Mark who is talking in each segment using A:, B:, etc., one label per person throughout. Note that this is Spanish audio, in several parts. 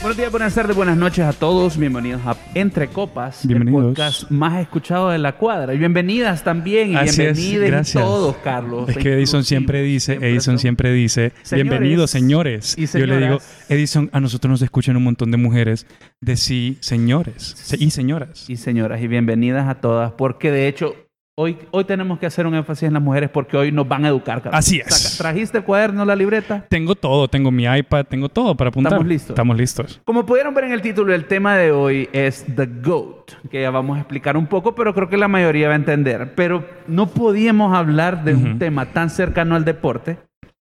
A: Buenos días, buenas tardes, buenas noches a todos. Bienvenidos a Entre Copas,
B: Bienvenidos.
A: el podcast más escuchado de la cuadra. Y bienvenidas también y
B: Así es,
A: bienvenidos
B: gracias.
A: todos, Carlos.
B: Es que Edison siempre dice, Edison
A: son-
B: siempre dice,
A: Señores
B: bienvenidos señores.
A: y
B: Yo le digo,
A: señoras.
B: Edison, a nosotros nos escuchan un montón de mujeres de sí, señores se- y señoras.
A: Y señoras, y bienvenidas a todas, porque de hecho, hoy, hoy tenemos que hacer un énfasis en las mujeres porque hoy nos van a educar, Carlos.
B: Así es.
A: Saca- ¿Trajiste el cuaderno, la libreta?
B: Tengo todo, tengo mi iPad, tengo todo para apuntar.
A: Estamos listos.
B: Estamos listos.
A: Como pudieron ver en el título, el tema de hoy es The GOAT, que ya vamos a explicar un poco, pero creo que la mayoría va a entender. Pero no podíamos hablar de un
B: Ujú.
A: tema tan cercano al deporte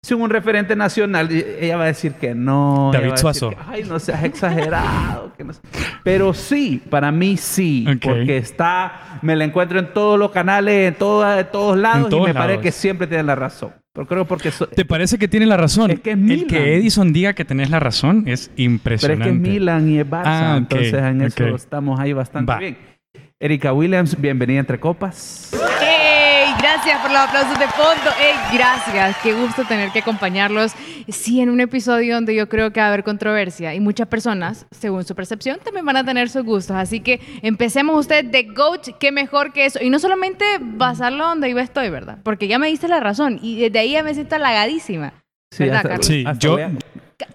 A: sin un referente nacional. Y Ella va a decir que no. ella
B: David
A: va a decir
B: Suazo.
A: que, Ay, no seas exagerado. que no sé". Pero sí, para mí sí,
B: Ok.
A: porque está, me la encuentro en todos los canales, en, toda- de todos lados,
B: En todos
A: y me parece
B: lados.
A: que siempre tiene la razón. Pero creo porque... so-
B: ¿Te parece que tiene la razón?
A: Es que es
B: El
A: Milan.
B: que Edison diga que tenés la razón es
A: Pero es
B: impresionante.
A: que es Milan y es Barça,
B: Ah, ok,
A: entonces en eso
B: ok.
A: estamos ahí bastante
B: Va.
A: bien. Erika Williams, bienvenida entre copas.
C: ¡Ey! Gracias por los aplausos de fondo. ¡Ey! Gracias. Qué gusto tener que acompañarlos. Sí, en un episodio donde yo creo que va a haber controversia y muchas personas, según su percepción, también van a tener sus gustos. Así que empecemos ustedes de Goat, qué mejor que eso. Y no solamente basarlo donde yo estoy, ¿verdad? Porque ya me diste la razón y desde ahí ya me siento halagadísima. ¿Verdad, Carlos?
B: Sí, yo-
A: voy a-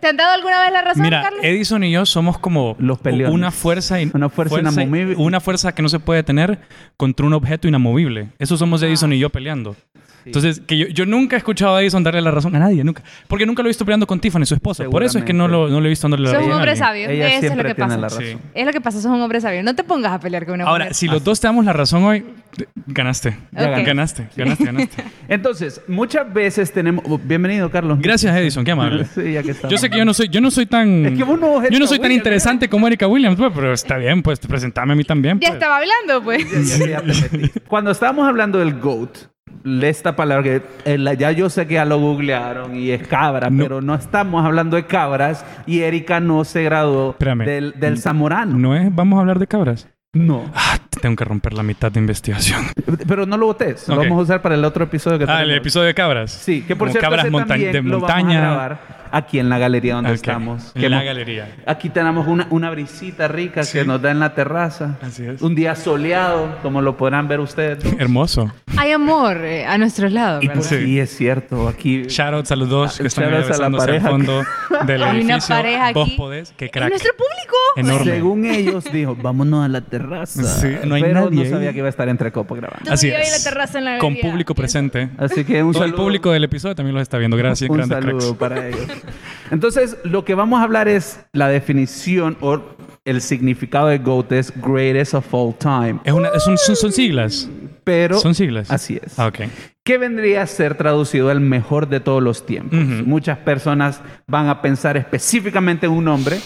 C: ¿Te han dado alguna vez la razón,
B: Mira, eh
C: Carlos?
B: Edison y yo somos como
A: Los peleones.
B: una fuerza, in-
A: Una fuerza inamovible.
B: una fuerza que no se puede tener contra un objeto inamovible. Eso somos
C: Ah.
B: Edison y yo peleando. Entonces, que yo, yo nunca he escuchado a Edison darle la razón a nadie, nunca. Porque nunca lo he visto peleando con Tiffany, su esposa. Por eso es que no lo, no lo he visto dándole la
C: Sos
B: razón.
C: un
B: a
C: hombre
B: alguien.
C: sabio.
A: Ella
C: Eso es lo
A: siempre
C: que
A: tiene
C: pasa.
A: la razón.
B: Sí.
C: Es lo que pasa, sos un hombre sabio. No te pongas a pelear con una
B: Ahora,
C: mujer.
B: si los dos te damos la razón hoy, d- ganaste.
C: Ya
A: Ok.
B: Ganaste, ganaste, ganaste.
A: Entonces, muchas veces tenemos... oh, Bienvenido, Carlos.
B: Gracias, Edison, qué amable.
A: Sí, ya que estamos.
B: Yo sé que yo no soy, yo no soy tan.
A: Es que vos no sos
B: yo no
A: Erika
B: soy
A: Williams,
B: tan
A: ¿eh?
B: interesante como Erika Williams, pues, pero está bien, pues presentame a mí también.
C: Ya
B: pues.
C: estaba hablando, pues.
A: Ya- ya- ya te metí. Cuando estábamos hablando del GOAT, esta palabra que eh, la- ya yo sé que ya lo googlearon y es cabra,
B: No.
A: pero no estamos hablando de cabras y Erika no se graduó
B: Espérame.
A: del, del Zamorano.
B: No es, vamos a hablar de cabras.
A: no.
B: Ah, te tengo que romper la mitad de investigación.
A: Pero no lo votes, lo
B: Ok.
A: vamos a usar para el otro episodio que
B: Ah, el
A: tenemos.
B: episodio de cabras.
A: Sí, que por
B: Como
A: cierto
B: cabras
A: ese
B: monta-
A: también
B: de
A: lo
B: montaña.
A: vamos a grabar aquí en la galería donde
B: Ok.
A: estamos.
B: En
A: Que
B: la
A: hemos-
B: galería.
A: Aquí tenemos una, una brisita rica que
B: Sí.
A: nos da en la terraza.
B: Así es.
A: Un día soleado, como lo podrán ver ustedes.
B: Hermoso.
C: Hay amor eh, a nuestros lados,
A: Y
C: ¿verdad?
B: pues Sí.
A: sí, es cierto. Aquí
B: Shoutouts a los
A: Ah,
B: dos que están ahí
A: Shoutouts a la
B: besándose al
A: pareja.
B: fondo del
C: Hay
B: edificio.
C: una pareja aquí.
B: Vos podés, qué
C: ¡Es
B: crack.
C: nuestro público! Pues,
B: Enorme.
A: según ellos dijo, vámonos a la terraza.
B: Sí, no hay
A: Pero
B: nadie
A: no
B: ahí.
A: sabía que iba a estar entre copas grabando.
C: Tú y yo en la terraza en la
B: Con
C: galería.
B: público presente.
A: Así que un
B: Todo el
A: saludo.
B: público del episodio también los está viendo. Gracias,
A: un
B: grandes
A: saludo
B: cracks.
A: para ellos. Entonces, lo que vamos a hablar es la definición o el significado de GOAT es greatest of all time.
B: Es una, es un- son, son siglas.
A: Pero
B: Eh, Son siglas.
A: Así es.
B: Ah, ok.
A: ¿Qué vendría a ser traducido el mejor de todos los tiempos?
B: Ujú.
A: Muchas personas van a pensar específicamente en un hombre.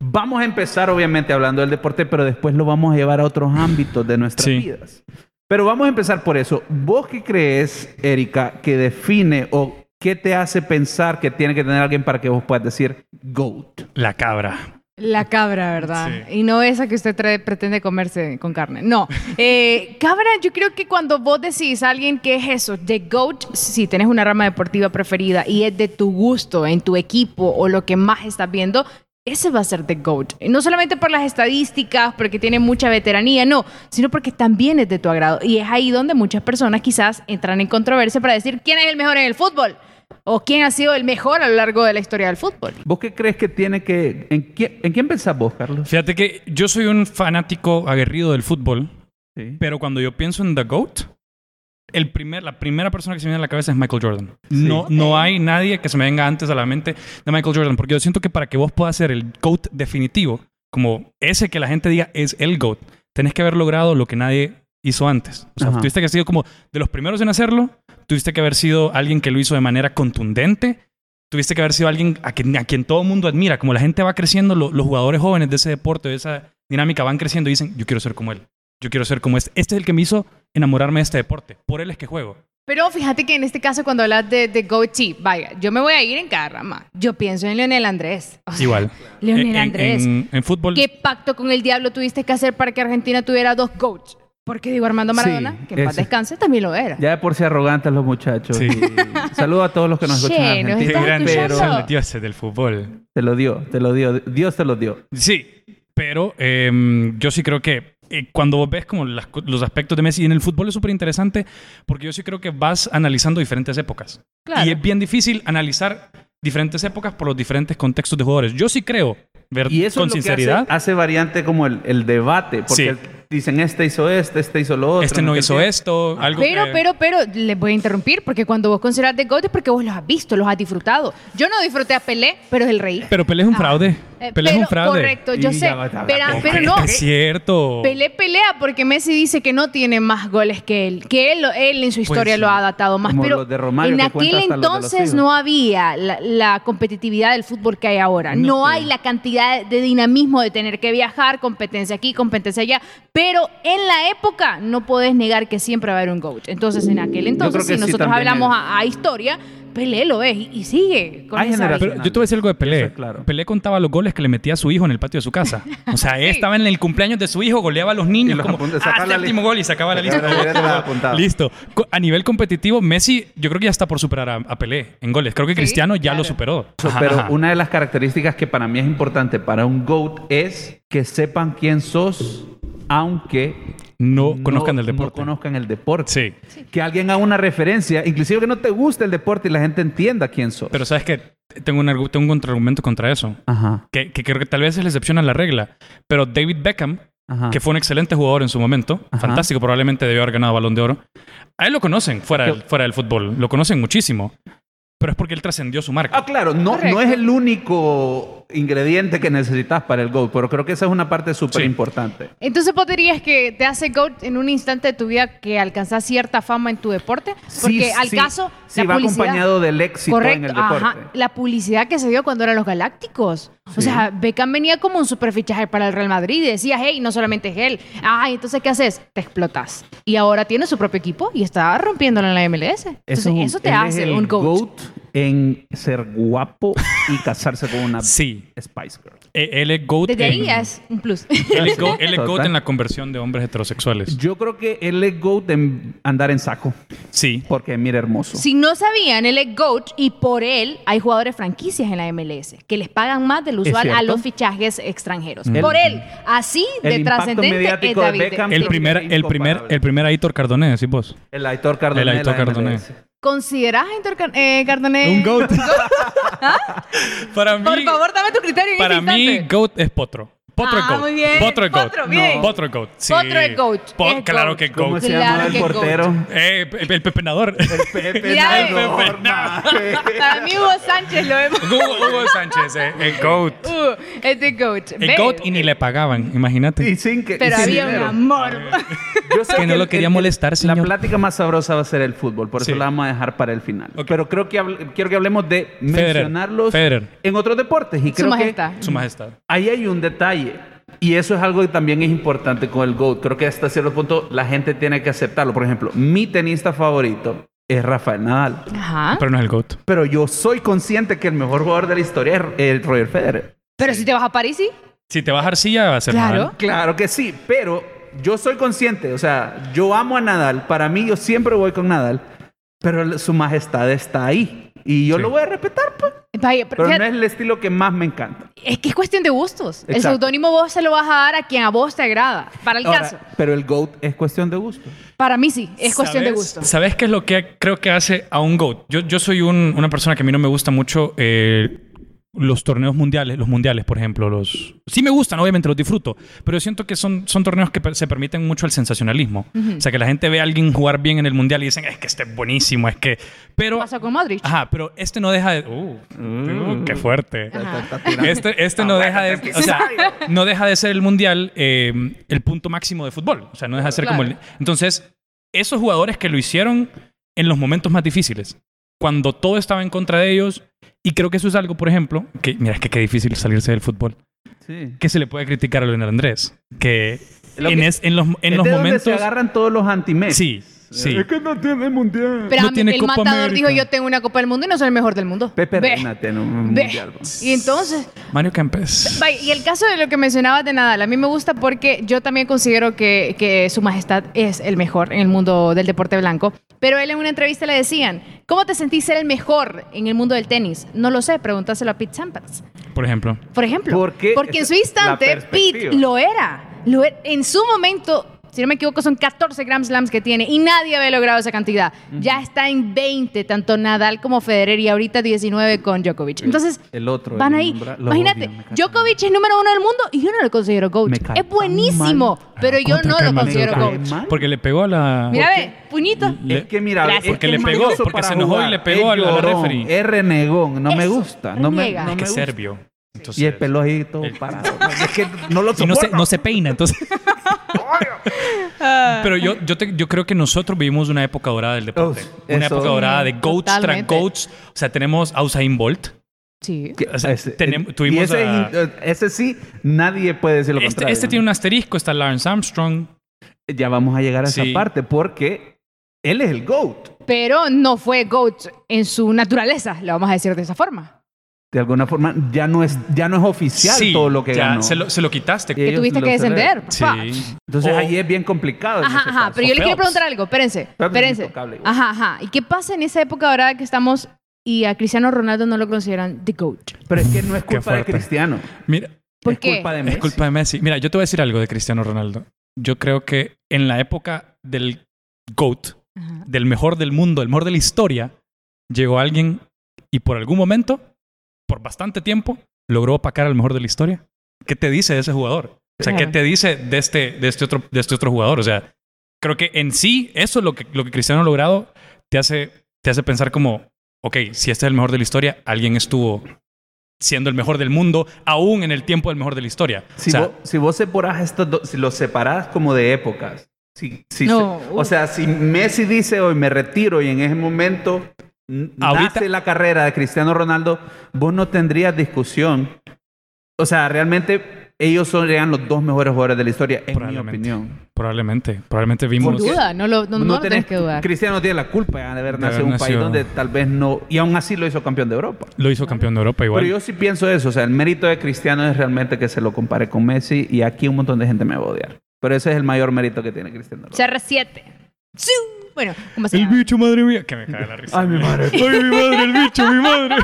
A: Vamos a empezar obviamente hablando del deporte, pero después lo vamos a llevar a otros ámbitos de nuestras
B: Sí.
A: vidas. Pero vamos a empezar por eso. ¿Vos qué crees, Erika, que define o qué te hace pensar que tiene que tener alguien para que vos puedas decir GOAT?
B: La cabra.
C: La cabra, ¿verdad?
B: Sí.
C: Y no esa que usted trae- pretende comerse con carne. No. Eh, cabra, yo creo que cuando vos decís a alguien que es eso, de GOAT, si tenés una rama deportiva preferida y es de tu gusto, en tu equipo o lo que más estás viendo, ese va a ser The GOAT. Y No solamente por las estadísticas, porque tiene mucha veteranía, no, sino porque también es de tu agrado. Y es ahí donde muchas personas quizás entran en controversia para decir quién es el mejor en el fútbol o quién ha sido el mejor a lo largo de la historia del fútbol.
A: ¿Vos qué crees que tiene que... ¿En quién, en quién pensás vos, Carlos?
B: Fíjate que yo soy un fanático aguerrido del fútbol,
A: Sí.
B: pero cuando yo pienso en The GOAT, el primer, la primera persona que se me viene a la cabeza es Michael Jordan.
A: Sí.
B: No, no hay nadie que se me venga antes a la mente de Michael Jordan, porque yo siento que para que vos puedas ser el GOAT definitivo, como ese que la gente diga es el GOAT, tenés que haber logrado lo que nadie hizo antes. O sea,
A: Ajá.
B: tuviste que haber sido como de los primeros en hacerlo, tuviste que haber sido alguien que lo hizo de manera contundente, tuviste que haber sido alguien a quien, a quien todo el mundo admira. Como la gente va creciendo, lo- los jugadores jóvenes de ese deporte, de esa dinámica, van creciendo y dicen, yo quiero ser como él. Yo quiero ser como este. Este es el que me hizo enamorarme de este deporte. Por él es que juego.
C: Pero fíjate que en este caso, cuando hablas de, de GOAT, sí, vaya, yo me voy a ir en cada rama. Yo pienso en Leonel Andrés. O sea,
B: Igual.
C: Leonel
B: Eh, En- en,
C: Andrés.
B: en- en fútbol.
C: ¿Qué pacto con el diablo tuviste que hacer para que Argentina tuviera dos GOATs? Porque digo Armando Maradona,
A: Sí,
C: que en paz
A: ese.
C: descanse, también lo era.
A: Ya de por sí arrogantes los muchachos.
B: Sí.
A: Y Saludo a todos los que nos
C: Che,
A: escuchan. en
C: nos
B: Qué
A: Argentina,
C: ¿Estás
B: grandes
A: pero
C: escuchando?
B: son los dioses del fútbol.
A: te lo dio, te lo dio. Dios te lo dio.
B: Sí, pero em, yo sí creo que eh, cuando vos ves como las co- los aspectos de Messi y en el fútbol es súper interesante porque yo sí creo que vas analizando diferentes épocas.
C: Claro.
B: Y es bien difícil analizar diferentes épocas por los diferentes contextos de jugadores. Yo sí creo, ver,
A: Y eso
B: con
A: es lo
B: sinceridad,
A: que hace, hace variante como el, el debate.
B: Sí.
A: Porque dicen, este hizo este, este hizo lo otro.
B: este no
A: aquel
B: hizo
A: tiempo.
B: esto, algo
C: Pero,
B: que-
C: pero, pero, les voy a interrumpir porque cuando vos consideras The Goat es porque vos los has visto, los has disfrutado. Yo no disfruté a Pelé, pero es el rey.
B: Pero Pelé es un
C: Ah,
B: fraude.
C: Eh,
B: Pelé es un
C: pero-
B: fraude.
C: Correcto, yo
A: Y
C: sé.
A: ya va, ya va,
C: Pero,
A: ya va.
C: pero
B: Hombre,
C: no. eh,
B: Es cierto.
C: Pelé pelea porque Messi dice que no tiene más goles que él, que él, él en su historia
B: Pues sí.
C: lo ha datado más,
A: Como
C: pero
A: los de Romario,
C: en
A: que cuenta hasta
C: aquel
A: los de los
C: entonces
A: hijos.
C: no había la, la competitividad del fútbol que hay ahora,
B: No,
C: no,
B: pero-
C: hay la cantidad de dinamismo de tener que viajar, competencia aquí, competencia allá, pero en la época no podés negar que siempre va a haber un coach. Entonces en aquel entonces,
A: creo que
C: si
A: sí,
C: nosotros
A: también
C: hablamos
A: es.
C: a, a historia, Pelé lo es y, y sigue con
A: Hay
C: esa
A: generación-
B: Pero yo te voy a decir algo de Pelé.
A: Eso es claro.
B: Pelé contaba los goles que le metía a su hijo en el patio de su casa. O sea, él estaba en el cumpleaños de su hijo, goleaba a los niños.
A: Y los
B: como,
A: apunta-
B: ah,
A: sacaba la
B: séptimo
A: lista".
B: gol y sacaba la
A: Sacaba la lista, la
B: lista.
A: apuntaba.
B: Listo. Co- A nivel competitivo, Messi, yo creo que ya está por superar a, a Pelé en goles. Creo que
C: Sí,
B: Cristiano ya lo
C: claro.
B: superó.
A: Eso,
B: Ajá,
A: Pero
B: ajá.
A: una de las características que para mí es importante para un GOAT es que sepan quién sos, aunque
B: no conozcan el
A: no
B: deporte.
A: conozcan el deporte.
B: Sí.
A: Que alguien haga una referencia, inclusive que no te guste el deporte y la gente entienda quién sos.
B: Pero sabes que tengo un, argu- tengo un contraargumento contra eso.
A: ajá,
B: Que, que creo que tal vez es la excepción a la regla. Pero David Beckham,
A: ajá.
B: que fue un excelente jugador en su momento,
A: Ajá.
B: fantástico, probablemente debió haber ganado Balón de Oro. A él lo conocen fuera, del, fuera del fútbol, lo conocen muchísimo, pero es porque él trascendió su marca.
A: Ah, claro, no,
C: Correcto.
A: no es el único ingrediente que necesitas para el GOAT, pero creo que esa es una parte súper
B: Sí.
A: importante.
C: Entonces, ¿vos dirías que te hace GOAT en un instante de tu vida que alcanzás cierta fama en tu deporte? Porque
A: Sí,
C: al
A: sí,
C: caso,
A: sí,
C: la
A: va
C: publicidad...
A: acompañado del éxito en el
C: Correcto,
A: deporte.
C: ajá. La publicidad que se dio cuando eran los Galácticos. O
A: Sí.
C: sea, Beckham venía como un superfichaje para el Real Madrid y decías, hey, no solamente es él. Ah, entonces, ¿qué haces? Te explotas. Y ahora tiene su propio equipo y está rompiéndolo en la MLS.
A: Eso
C: Entonces,
A: es un-
C: eso te
A: él es
C: hace
A: el
C: un GOAT.
A: en ser guapo y casarse con una
B: Sí,
A: Spice Girl.
B: eh, él es GOAT.
C: Desde ahí
B: en-
C: ya es un plus.
B: Él es go- él es
A: Total.
B: GOAT en la conversión de hombres heterosexuales.
A: Yo creo que él es GOAT en andar en saco,
B: Sí.
A: porque mira hermoso.
C: Si no sabían, él es GOAT y por él hay jugadores franquicias en la MLS que les pagan más del usual a
A: cierto.
C: los fichajes extranjeros.
A: El-
C: por él, así
A: el
C: de
A: impacto
C: trascendente es
A: mediático de
C: David.
A: Beckham
B: El
A: Creo que
B: primer,
A: es
B: el primer,
A: incomparable.
B: el primer Aitor Cardone, decís vos.
A: El Aitor Cardone.
B: El Aitor
A: de la
B: Cardone.
A: MLS.
C: ¿Considerás a Héctor Car- eh, Cardoné?
B: Para mí,
C: Por favor, dame tu criterio en
B: para
C: este
B: mí
C: instante.
B: GOAT es Potro. Potro es
C: Ah,
B: GOAT.
C: muy bien.
B: Potro es GOAT.
C: Potro, bien.
B: No, Potro es GOAT. Sí.
C: Potro es GOAT.
B: Po-
C: Es
B: claro
C: GOAT.
B: que es
A: ¿Cómo
B: GOAT.
A: se
C: Claro
A: llama
C: que
A: el
C: es GOAT.
A: portero?
B: Eh, el pepenador.
A: Pepe
C: Ya ves.
A: Nador, maje.
C: Para mí Hugo Sánchez lo vemos.
B: Hugo, Hugo Sánchez, eh, el GOAT.
C: Uh, es de GOAT.
B: El GOAT y ni le pagaban, imagínate.
A: Y sin que. y
C: Pero
A: sin
C: había un
A: dinero.
C: amor.
A: Yo sé
B: Que no lo quería molestar,
A: La
B: señor.
A: plática más sabrosa va a ser el fútbol, por eso
B: Sí.
A: la vamos a dejar para el final.
B: Ok.
A: Pero creo que habl- quiero que hablemos de mencionarlos
B: Federer.
A: en otros deportes. Y
C: Su
A: creo
C: majestad.
A: que
B: Su majestad.
A: ahí hay un detalle. Y eso es algo que también es importante con el GOAT. Creo que hasta cierto punto la gente tiene que aceptarlo. Por ejemplo, mi tenista favorito es Rafael Nadal.
C: Ajá.
B: Pero no es el GOAT.
A: Pero yo soy consciente que el mejor jugador de la historia es el Roger Federer.
C: Pero si te vas a París, sí.
B: Si te vas a Arcilla, va a ser
C: Claro.
B: Nadal.
A: Claro que sí, pero yo soy consciente, o sea, yo amo a Nadal, para mí yo siempre voy con Nadal, pero su majestad está ahí y yo
B: Sí.
A: lo voy a respetar, pues.
C: Vaya, pero
A: Pero no
C: fíjate,
A: es el estilo que más me encanta.
C: es que es cuestión de gustos. El
A: Exacto.
C: seudónimo vos se lo vas a dar a quien a vos te agrada. Para el
A: Ahora,
C: caso.
A: pero el GOAT es cuestión de gusto.
C: Para mí sí, es cuestión de
B: ¿Sabes-
C: gusto.
B: ¿Sabes qué es lo que creo que hace a un GOAT? Yo, yo soy un- una persona que a mí no me gusta mucho eh, los torneos mundiales, los mundiales, por ejemplo. Los... Sí me gustan, obviamente, los disfruto, pero yo siento que son, son torneos que per- se permiten mucho el sensacionalismo. O sea, que la gente ve a alguien jugar bien en el mundial y dicen, es que este es buenísimo, es que... Pero...
C: Pasó con Modric.
B: Ajá, pero este no deja de... Uh, uh, ¡Qué fuerte!
C: Ajá.
B: Este, este no, deja de, o sea, no deja de ser el mundial eh, el punto máximo de fútbol. O sea, no deja de ser como el.
C: Claro.
B: Entonces, esos jugadores que lo hicieron en los momentos más difíciles, cuando todo estaba en contra de ellos, y creo que eso es algo, por ejemplo, que mira, es que qué difícil salirse del fútbol.
A: Sí.
B: ¿Qué se le puede criticar a Leonel Andrés? Que,
A: Lo
B: en,
A: que-
B: es- en los, en
A: Es
B: los
A: de donde
B: momentos.
A: se agarran todos los anti
B: Sí, Sí.
A: que no tiene mundial.
C: Pero
B: No
C: a mí-
B: tiene
C: el
B: Copa
C: matador
B: América.
C: dijo, yo tengo una Copa del Mundo y no soy el mejor del mundo.
A: Pepe
C: Ve,
A: Reina tiene un
C: ve.
A: mundial. bro.
C: Y entonces,
B: Mario Kempes.
C: Vaya, Y el caso de lo que mencionabas de Nadal, a mí me gusta porque yo también considero que, que su majestad es el mejor en el mundo del deporte blanco. Pero él en una entrevista le decían, ¿cómo te sentís ser el mejor en el mundo del tenis? No lo sé, pregúntaselo a Pete Sampras,
B: Por ejemplo.
C: por ejemplo.
A: ¿Por qué?
C: Porque en su
A: La
C: instante, Pete
A: perspectiva.
C: lo era. Lo e- en su momento, si no me equivoco, son 14 Grand Slams que tiene y nadie había logrado esa cantidad. Ya está en 20, tanto Nadal como Federer y ahorita 19 con Djokovic. Entonces...
A: el otro.
C: Van
A: el
C: ahí.
A: nombra- lo
C: Imagínate,
A: odio, me cae
C: Djokovic es número uno del mundo y yo no lo considero coach.
A: Me cae
C: Es buenísimo,
A: tan
C: pero yo
B: Ah, Contra
C: no
B: que
C: lo
B: mal-
C: considero
A: cae
C: coach.
A: mal.
B: Porque le pegó a la.
C: Mira, ve, puñito.
B: Le-
A: Es que mira,
C: Gracias.
A: es
B: Porque
A: que
B: le
A: es
B: pegó,
A: mañoso
B: porque
A: para
B: se enojó y le pegó
A: es
B: al- al
A: llorón,
B: referee.
A: Es renegón, no me
C: Eso,
A: gusta. No me,
C: reniega.
A: no
C: Es
A: me
B: que es
A: gusta.
B: serbio. Entonces,
A: Y el pelo ahí todo
B: el-
A: parado. es que no lo
B: Y no se,
A: soporto.
B: no se peina, entonces. Pero yo, yo, te- yo creo que nosotros vivimos una época dorada del deporte.
A: Uf,
B: una
A: eso.
B: época dorada de coach tras
C: Totalmente.
B: coach. O sea, tenemos a Usain Bolt.
C: Sí.
A: Que-
B: o sea, tenem-
A: y
B: tuvimos
A: ese,
B: a-
A: ese sí, nadie puede decir lo
B: Este,
A: contrario.
B: este tiene un asterisco, está Lawrence Armstrong.
A: Ya vamos a llegar a
B: Sí.
A: esa parte porque él es el GOAT.
C: Pero no fue coach en su naturaleza, lo vamos a decir de esa forma.
A: De alguna forma, ya no es, ya no es oficial
B: Sí,
A: todo lo que
B: ya,
A: ganó.
B: Se lo, se lo quitaste.
A: Y-
C: Que
A: Ellos
C: tuviste
A: lo
C: que descender,
A: celebran.
C: papá.
B: Sí.
A: Entonces
B: O-
A: ahí es bien complicado. en
C: Ajá,
A: ese
C: ajá,
A: caso.
C: pero yo les
B: Phelps.
C: quiero preguntar algo, espérense,
A: es
C: espérense.
A: intocable igual.
C: Ajá, ajá. ¿Y qué pasa en esa época ahora que estamos y a Cristiano Ronaldo no lo consideran the coach?
A: Pero es que no es
B: Qué
A: culpa de
B: fuerte.
A: Cristiano.
B: Mira,
C: ¿Por
A: es
C: qué?
A: culpa de Messi.
B: es culpa de Messi. Mira, yo te voy a decir algo de Cristiano Ronaldo. Yo creo que en la época del GOAT,
C: Ajá.
B: del mejor del mundo, el mejor de la historia, llegó alguien y por algún momento, por bastante tiempo, logró opacar al mejor de la historia. ¿Qué te dice de ese jugador? O sea, ¿qué
C: Claro.
B: te dice de este, de este, otro, de este otro jugador? O sea, creo que en sí, eso es lo que, lo que Cristiano ha logrado, te hace, te hace pensar como, ok, si este es el mejor de la historia, alguien estuvo siendo el mejor del mundo, aún en el tiempo del mejor de la historia.
A: Si,
B: o sea,
A: vos, si vos separás estos dos, si los separás como de épocas. Si, si
C: No,
A: se-
C: uh.
A: o sea, si Messi dice hoy me retiro y en ese momento n-
B: Ahorita-
A: nace la carrera de Cristiano Ronaldo, vos no tendrías discusión. O sea, realmente ellos son eran los dos mejores jugadores de la historia, en mi
B: Probablemente.
A: opinión.
B: probablemente, probablemente vimos...
C: Sin duda, no lo, no, no lo tenés que dudar.
A: Cristiano no tiene la culpa de haber
B: De
A: nacido en
B: haber
A: un país
B: nacido.
A: donde tal vez no. Y aún así lo hizo campeón de Europa.
B: Lo hizo campeón de Europa igual.
A: Pero yo sí pienso eso. O sea, el mérito de Cristiano es realmente que se lo compare con Messi y aquí un montón de gente me va a odiar. Pero ese es el mayor mérito que tiene Cristiano. Ronaldo.
C: CR7. ¡Siu! Bueno, ¿cómo se
B: El
C: llama?
B: bicho, madre mía. Que me cae la risa.
A: Ay, mi madre.
B: Ay, mi madre, el bicho, mi madre.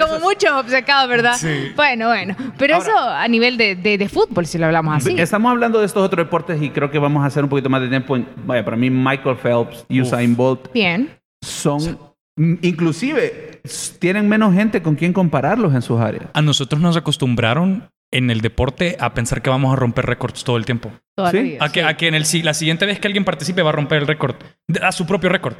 C: Como muchos obcecados, ¿verdad?
B: Sí.
C: Bueno, bueno. Pero
A: Ahora-
C: eso a nivel de, de- de fútbol, si lo hablamos así.
A: Estamos hablando de estos otros deportes y creo que vamos a hacer un poquito más de tiempo. en- vaya, para mí Michael Phelps y
B: Uf.
A: Usain Bolt
C: Bien.
A: son, m- inclusive, s- tienen menos gente con quien compararlos en sus áreas.
B: A nosotros nos acostumbraron en el deporte a pensar que vamos a romper récords todo el tiempo.
C: Toda
A: Sí.
C: la vida,
B: A que,
C: sí.
B: a que en el, si la siguiente vez que alguien participe va a romper el récord. De- A su propio récord.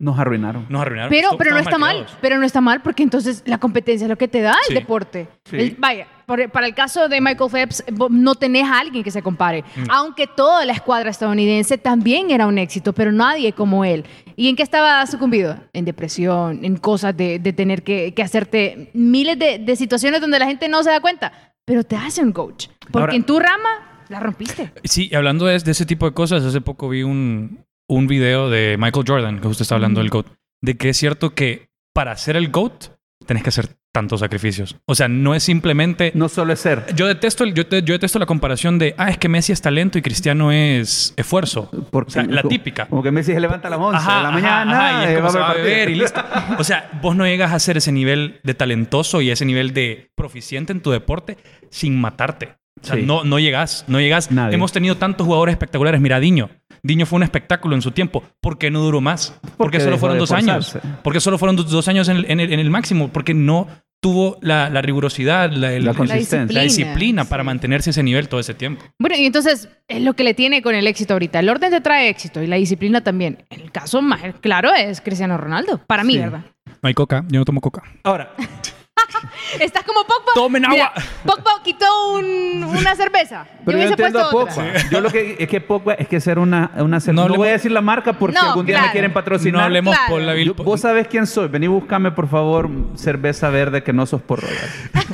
A: Nos arruinaron.
B: Nos arruinaron.
C: Pero,
B: Estamos-
C: pero no está
B: estamos
C: mal,
B: malcriados.
C: pero no está mal porque entonces la competencia es lo que te da
B: Sí.
C: el deporte.
A: Sí.
C: El- vaya, por- para el caso de Michael Phelps, vos no tenés a alguien que se compare.
B: No.
C: Aunque toda la escuadra estadounidense también era un éxito, pero nadie como él. ¿Y en qué estaba sucumbido? En depresión, en cosas de, de tener que, que hacerte miles de, de situaciones donde la gente no se da cuenta, pero te hace un coach. Porque
A: Ahora-
C: en tu rama la rompiste.
B: Sí, y hablando de, de ese tipo de cosas, hace poco vi un, un video de Michael Jordan, que usted está hablando del GOAT, de que es cierto que para ser el GOAT tenés que hacer tantos sacrificios. O sea, no es simplemente
A: No solo es ser.
B: Yo detesto, el- yo, te- yo detesto la comparación de, ah, es que Messi es talento y Cristiano es esfuerzo.
A: Porque,
B: O sea, la típica.
A: Como que Messi se levanta a las 11
B: Ajá,
A: de la
B: ajá,
A: mañana
B: ajá, y
A: eh,
B: es como
A: va
B: se va a
A: ver partido.
B: beber y listo. O sea, vos no llegas a ser ese nivel de talentoso y ese nivel de proficiente en tu deporte sin matarte. O sea,
A: Sí.
B: no, no llegas, no llegas.
A: Nadie.
B: Hemos tenido tantos jugadores espectaculares. Mira, Diño. Diño fue un espectáculo en su tiempo. ¿Por qué no duró más? Porque,
A: Porque
B: solo
A: dejó
B: fueron
A: de
B: dos años.
A: esforzarse.
B: Porque solo fueron dos, dos años en el, en el- en el máximo. Porque no tuvo la, la rigurosidad, la, el-
A: La
B: el-
A: consistencia.
B: la disciplina para
C: sí.
B: mantenerse a ese nivel todo ese tiempo.
C: Bueno, y entonces es lo que le tiene con el éxito ahorita. El orden te trae éxito y la disciplina también. El caso más claro es Cristiano Ronaldo, para mí,
A: Sí.
C: ¿verdad?
B: No hay coca, yo no tomo coca.
A: Ahora,
C: Estás como Pogba.
B: Tomen
C: Mira,
B: agua.
C: Pogba quitó un- una cerveza.
A: Pero
C: yo
A: yo,
C: hubiese
A: entiendo a
C: puesto
A: Pogba.
C: otra.
A: Yo lo que es que Pogba es que ser una, una cer-
B: No
A: no,
B: hablemos-
A: voy a decir la marca porque
C: No,
A: algún día
C: claro.
A: me quieren
B: no
A: patrocinar.
B: hablemos
C: claro.
B: por la vil.
A: Yo- vos sabés quién soy. Vení, búscame por favor cerveza verde que no sos por rogar.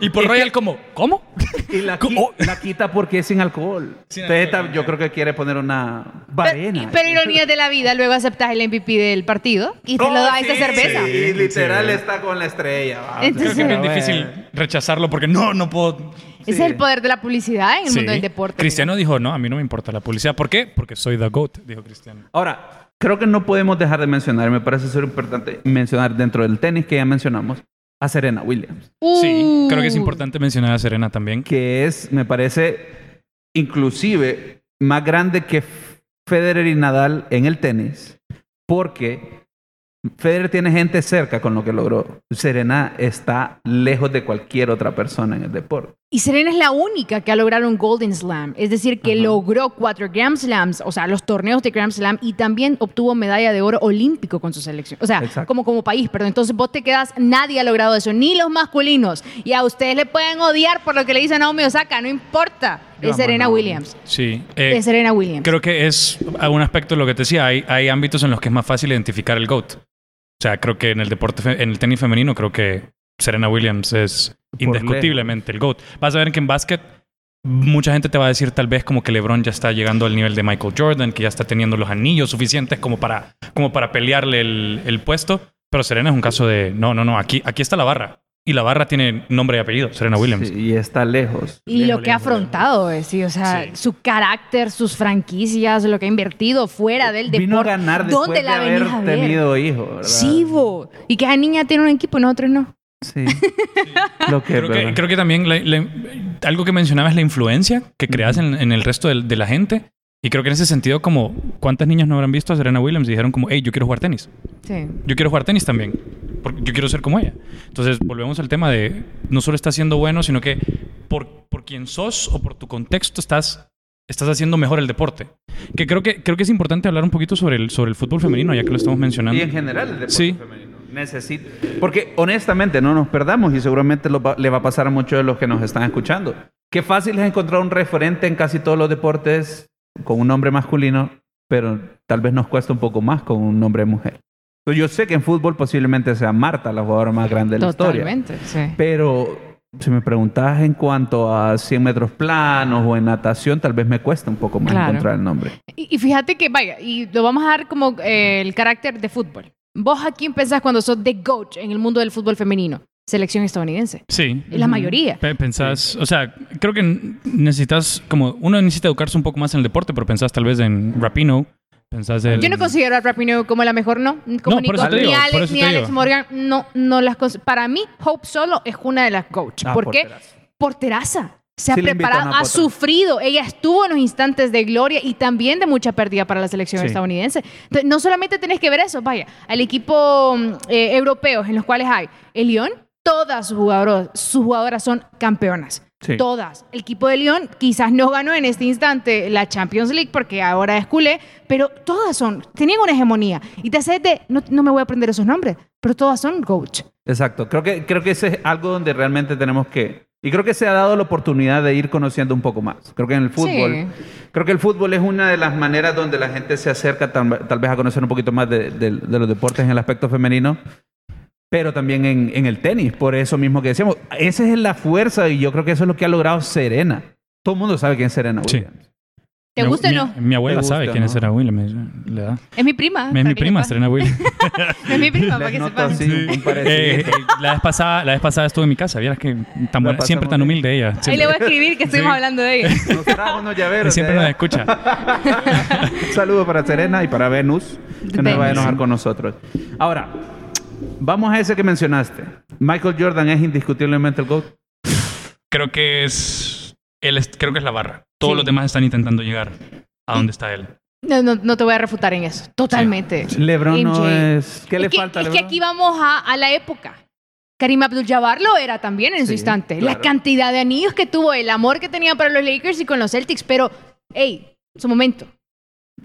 B: Y por Royal como, ¿cómo?
A: Y la, qui-
B: ¿Cómo?
A: oh, la quita porque es sin alcohol.
B: Sin
A: Entonces,
B: alcohol,
A: esta-
B: ok.
A: yo creo que quiere poner una
C: Pero,
A: barena.
C: pero ironía de la vida, luego aceptas el MVP del partido y te lo da esta cerveza.
A: Y
B: Oh, Sí,
A: literal
B: sí.
A: está con la estrella. va.
B: Creo
C: Entonces-
B: que es bien
A: Bueno.
B: difícil rechazarlo porque no, no puedo.
C: Ese
A: Sí.
C: es el poder de la publicidad en el
B: Sí.
C: mundo del deporte.
B: Cristiano dijo, no, a mí no me importa la publicidad. ¿Por qué? Porque soy The GOAT, dijo Cristiano.
A: Ahora, creo que no podemos dejar de mencionar, me parece súper importante mencionar dentro del tenis que ya mencionamos, a Serena Williams.
B: Sí,
C: Uh,
B: creo que es importante mencionar a Serena también.
A: que es, me parece, inclusive más grande que F- Federer y Nadal en el tenis, porque Federer tiene gente cerca con lo que logró. Serena está lejos de cualquier otra persona en el deporte.
C: Y Serena es la única que ha logrado un Golden Slam, es decir, que
A: Ajá.
C: logró cuatro Grand Slams, o sea, los torneos de Grand Slam y también obtuvo medalla de oro olímpico con su selección, o sea,
A: Exacto.
C: como, como país, pero entonces vos te quedas, nadie ha logrado eso, ni los masculinos, y a ustedes le pueden odiar por lo que le dicen a Naomi Osaka, no importa,
A: Yo amo
C: es
A: a
C: Serena
A: Naomi.
C: Williams,
B: Sí. eh,
C: es Serena Williams.
B: creo que es a un aspecto de lo que te decía. Hay, hay ámbitos en los que es más fácil identificar el GOAT. O sea, creo que en el deporte, fe- en el tenis femenino, creo que Serena Williams es indiscutiblemente el GOAT. Vas a ver que en básquet mucha gente te va a decir tal vez como que LeBron ya está llegando al nivel de Michael Jordan, que ya está teniendo los anillos suficientes como para, como para pelearle el, el puesto. Pero Serena es un caso de, no, no, no, aquí, aquí está la barra. Y la barra tiene nombre y apellido, Serena Williams.
A: Sí, y está lejos.
C: Y
B: Lejos,
C: lo que ha
B: lejos, lejos.
C: afrontado, eh, sí, o sea,
B: Sí.
C: su carácter, sus franquicias, lo que ha invertido fuera del deporte.
A: Eh, Vino a ganar después
C: ¿Dónde
A: de
C: la
A: haber
C: venís a ver?
A: tenido hijos. ¿verdad?
C: Sí, bo. Y que esa niña tiene un equipo y nosotros no.
A: Sí. Lo que, es
B: Creo que,
A: verdad.
B: creo que también la- la- algo que mencionabas es la influencia que creas en, en el resto del- de, la gente. Y creo que en ese sentido, como cuántas niñas no habrán visto a Serena Williams y dijeron como, hey, yo quiero jugar tenis.
C: Sí.
B: Yo quiero jugar tenis también. Porque yo quiero ser como ella. Entonces, volvemos al tema de no solo estás siendo bueno, sino que por, por quien sos o por tu contexto estás, estás haciendo mejor el deporte. Que creo que, creo que es importante hablar un poquito sobre el, sobre el fútbol femenino, ya que lo estamos mencionando.
A: Y en general el deporte
B: Sí.
A: femenino. Necesita. Porque honestamente no nos perdamos y seguramente lo va- le va a pasar a muchos de los que nos están escuchando. Qué fácil es encontrar un referente en casi todos los deportes con un nombre masculino, pero tal vez nos cuesta un poco más con un nombre mujer. Entonces, Yo sé que en fútbol posiblemente sea Marta la jugadora más grande de la historia.
C: Totalmente, sí.
A: Pero si me preguntas en cuanto a 100 metros planos o en natación, tal vez me cuesta un poco más
C: Claro.
A: encontrar el nombre.
C: Y, y fíjate que, vaya, y lo vamos a dar como eh, el carácter de fútbol. ¿Vos a quién pensás cuando sos the coach en el mundo del fútbol femenino? Selección estadounidense.
B: Sí.
C: La mayoría.
B: Pe- Pensás, o sea, creo que n- necesitas, como uno necesita educarse un poco más en el deporte, pero pensás tal vez en Rapino, pensás en...
C: Yo no considero a Rapinoe como la mejor, no. Como
B: No,
C: ni,
B: por eso
C: Kobe,
B: te digo,
C: ni
B: por
C: Alex,
B: eso
C: ni
B: te
C: Alex
B: digo.
C: Morgan. No, no las cons- Para mí, Hope Solo es una de las coach.
A: Ah,
C: ¿Por qué?
A: porterazo.
C: Porteraza. Se ha
A: Sí le invitan
C: preparado,
A: a
C: ha
A: Potra.
C: sufrido. Ella estuvo en los instantes de gloria y también de mucha pérdida para la selección
B: Sí.
C: estadounidense. Entonces, no solamente tenés que ver eso, vaya, al equipo mm, eh, europeo en los cuales hay el Lyon, todas sus jugadoras, sus jugadoras son campeonas.
A: Sí.
C: Todas. El equipo de León quizás no ganó en este instante la Champions League porque ahora es culé, pero todas son, tenían una hegemonía. Y te haces de, no, no me voy a aprender esos nombres, pero todas son coach.
A: Exacto. Creo que, creo que ese es algo donde realmente tenemos que. Y creo que se ha dado la oportunidad de ir conociendo un poco más. Creo que en el fútbol. Creo que el fútbol es una de las maneras donde la gente se acerca tal, tal vez a conocer un poquito más de, de- de los deportes en el aspecto femenino. Pero también en, en el tenis, por eso mismo que decíamos. Esa es la fuerza y yo creo que eso es lo que ha logrado Serena. Todo el mundo sabe quién es Serena
B: Sí.
A: Williams.
C: ¿Te
B: Mi-
C: gusta o
B: mi,
C: no? Ah,
B: Mi abuela
A: Te gusta,
B: sabe quién es
A: ¿no?
B: Serena Williams. me- le da.
C: Es mi prima.
B: Es
C: para
B: mi
C: que
B: prima,
C: sepas.
B: Serena Williams.
C: Es mi prima, para
A: Les
C: que
A: noto
C: sepas.
A: así un
B: Eh,
A: parecido.
B: la, vez pasada, la vez pasada estuve en mi casa, vieras que tan
A: La
B: buena- siempre
A: pasamos
B: tan
A: bien.
B: humilde ella.
C: Ahí le
B: Siempre,
C: voy a escribir que estuvimos
B: Sí.
C: hablando de ella.
A: Nos trajo unos llaveros.
B: siempre
A: de
B: nos
A: allá.
B: escucha.
A: Un saludo para Serena y para Venus, que
C: Venus.
A: nos va a enojar con nosotros. Ahora, vamos a ese que mencionaste. Michael Jordan es indiscutiblemente el GOAT.
B: creo que es él es- creo que es la barra. Todos
C: Sí.
B: los demás están intentando llegar a donde está él.
C: No, no, no te voy a refutar en eso. Totalmente.
A: LeBron no
C: MJ.
A: es... ¿Qué le
C: es que,
A: falta a
C: es que
A: LeBron?
C: aquí vamos a, a la época. Karim Abdul-Jabbar lo era también en su
A: Sí,
C: instante. La
A: claro.
C: cantidad de anillos que tuvo, el amor que tenía para los Lakers y con los Celtics. Pero, hey, su momento.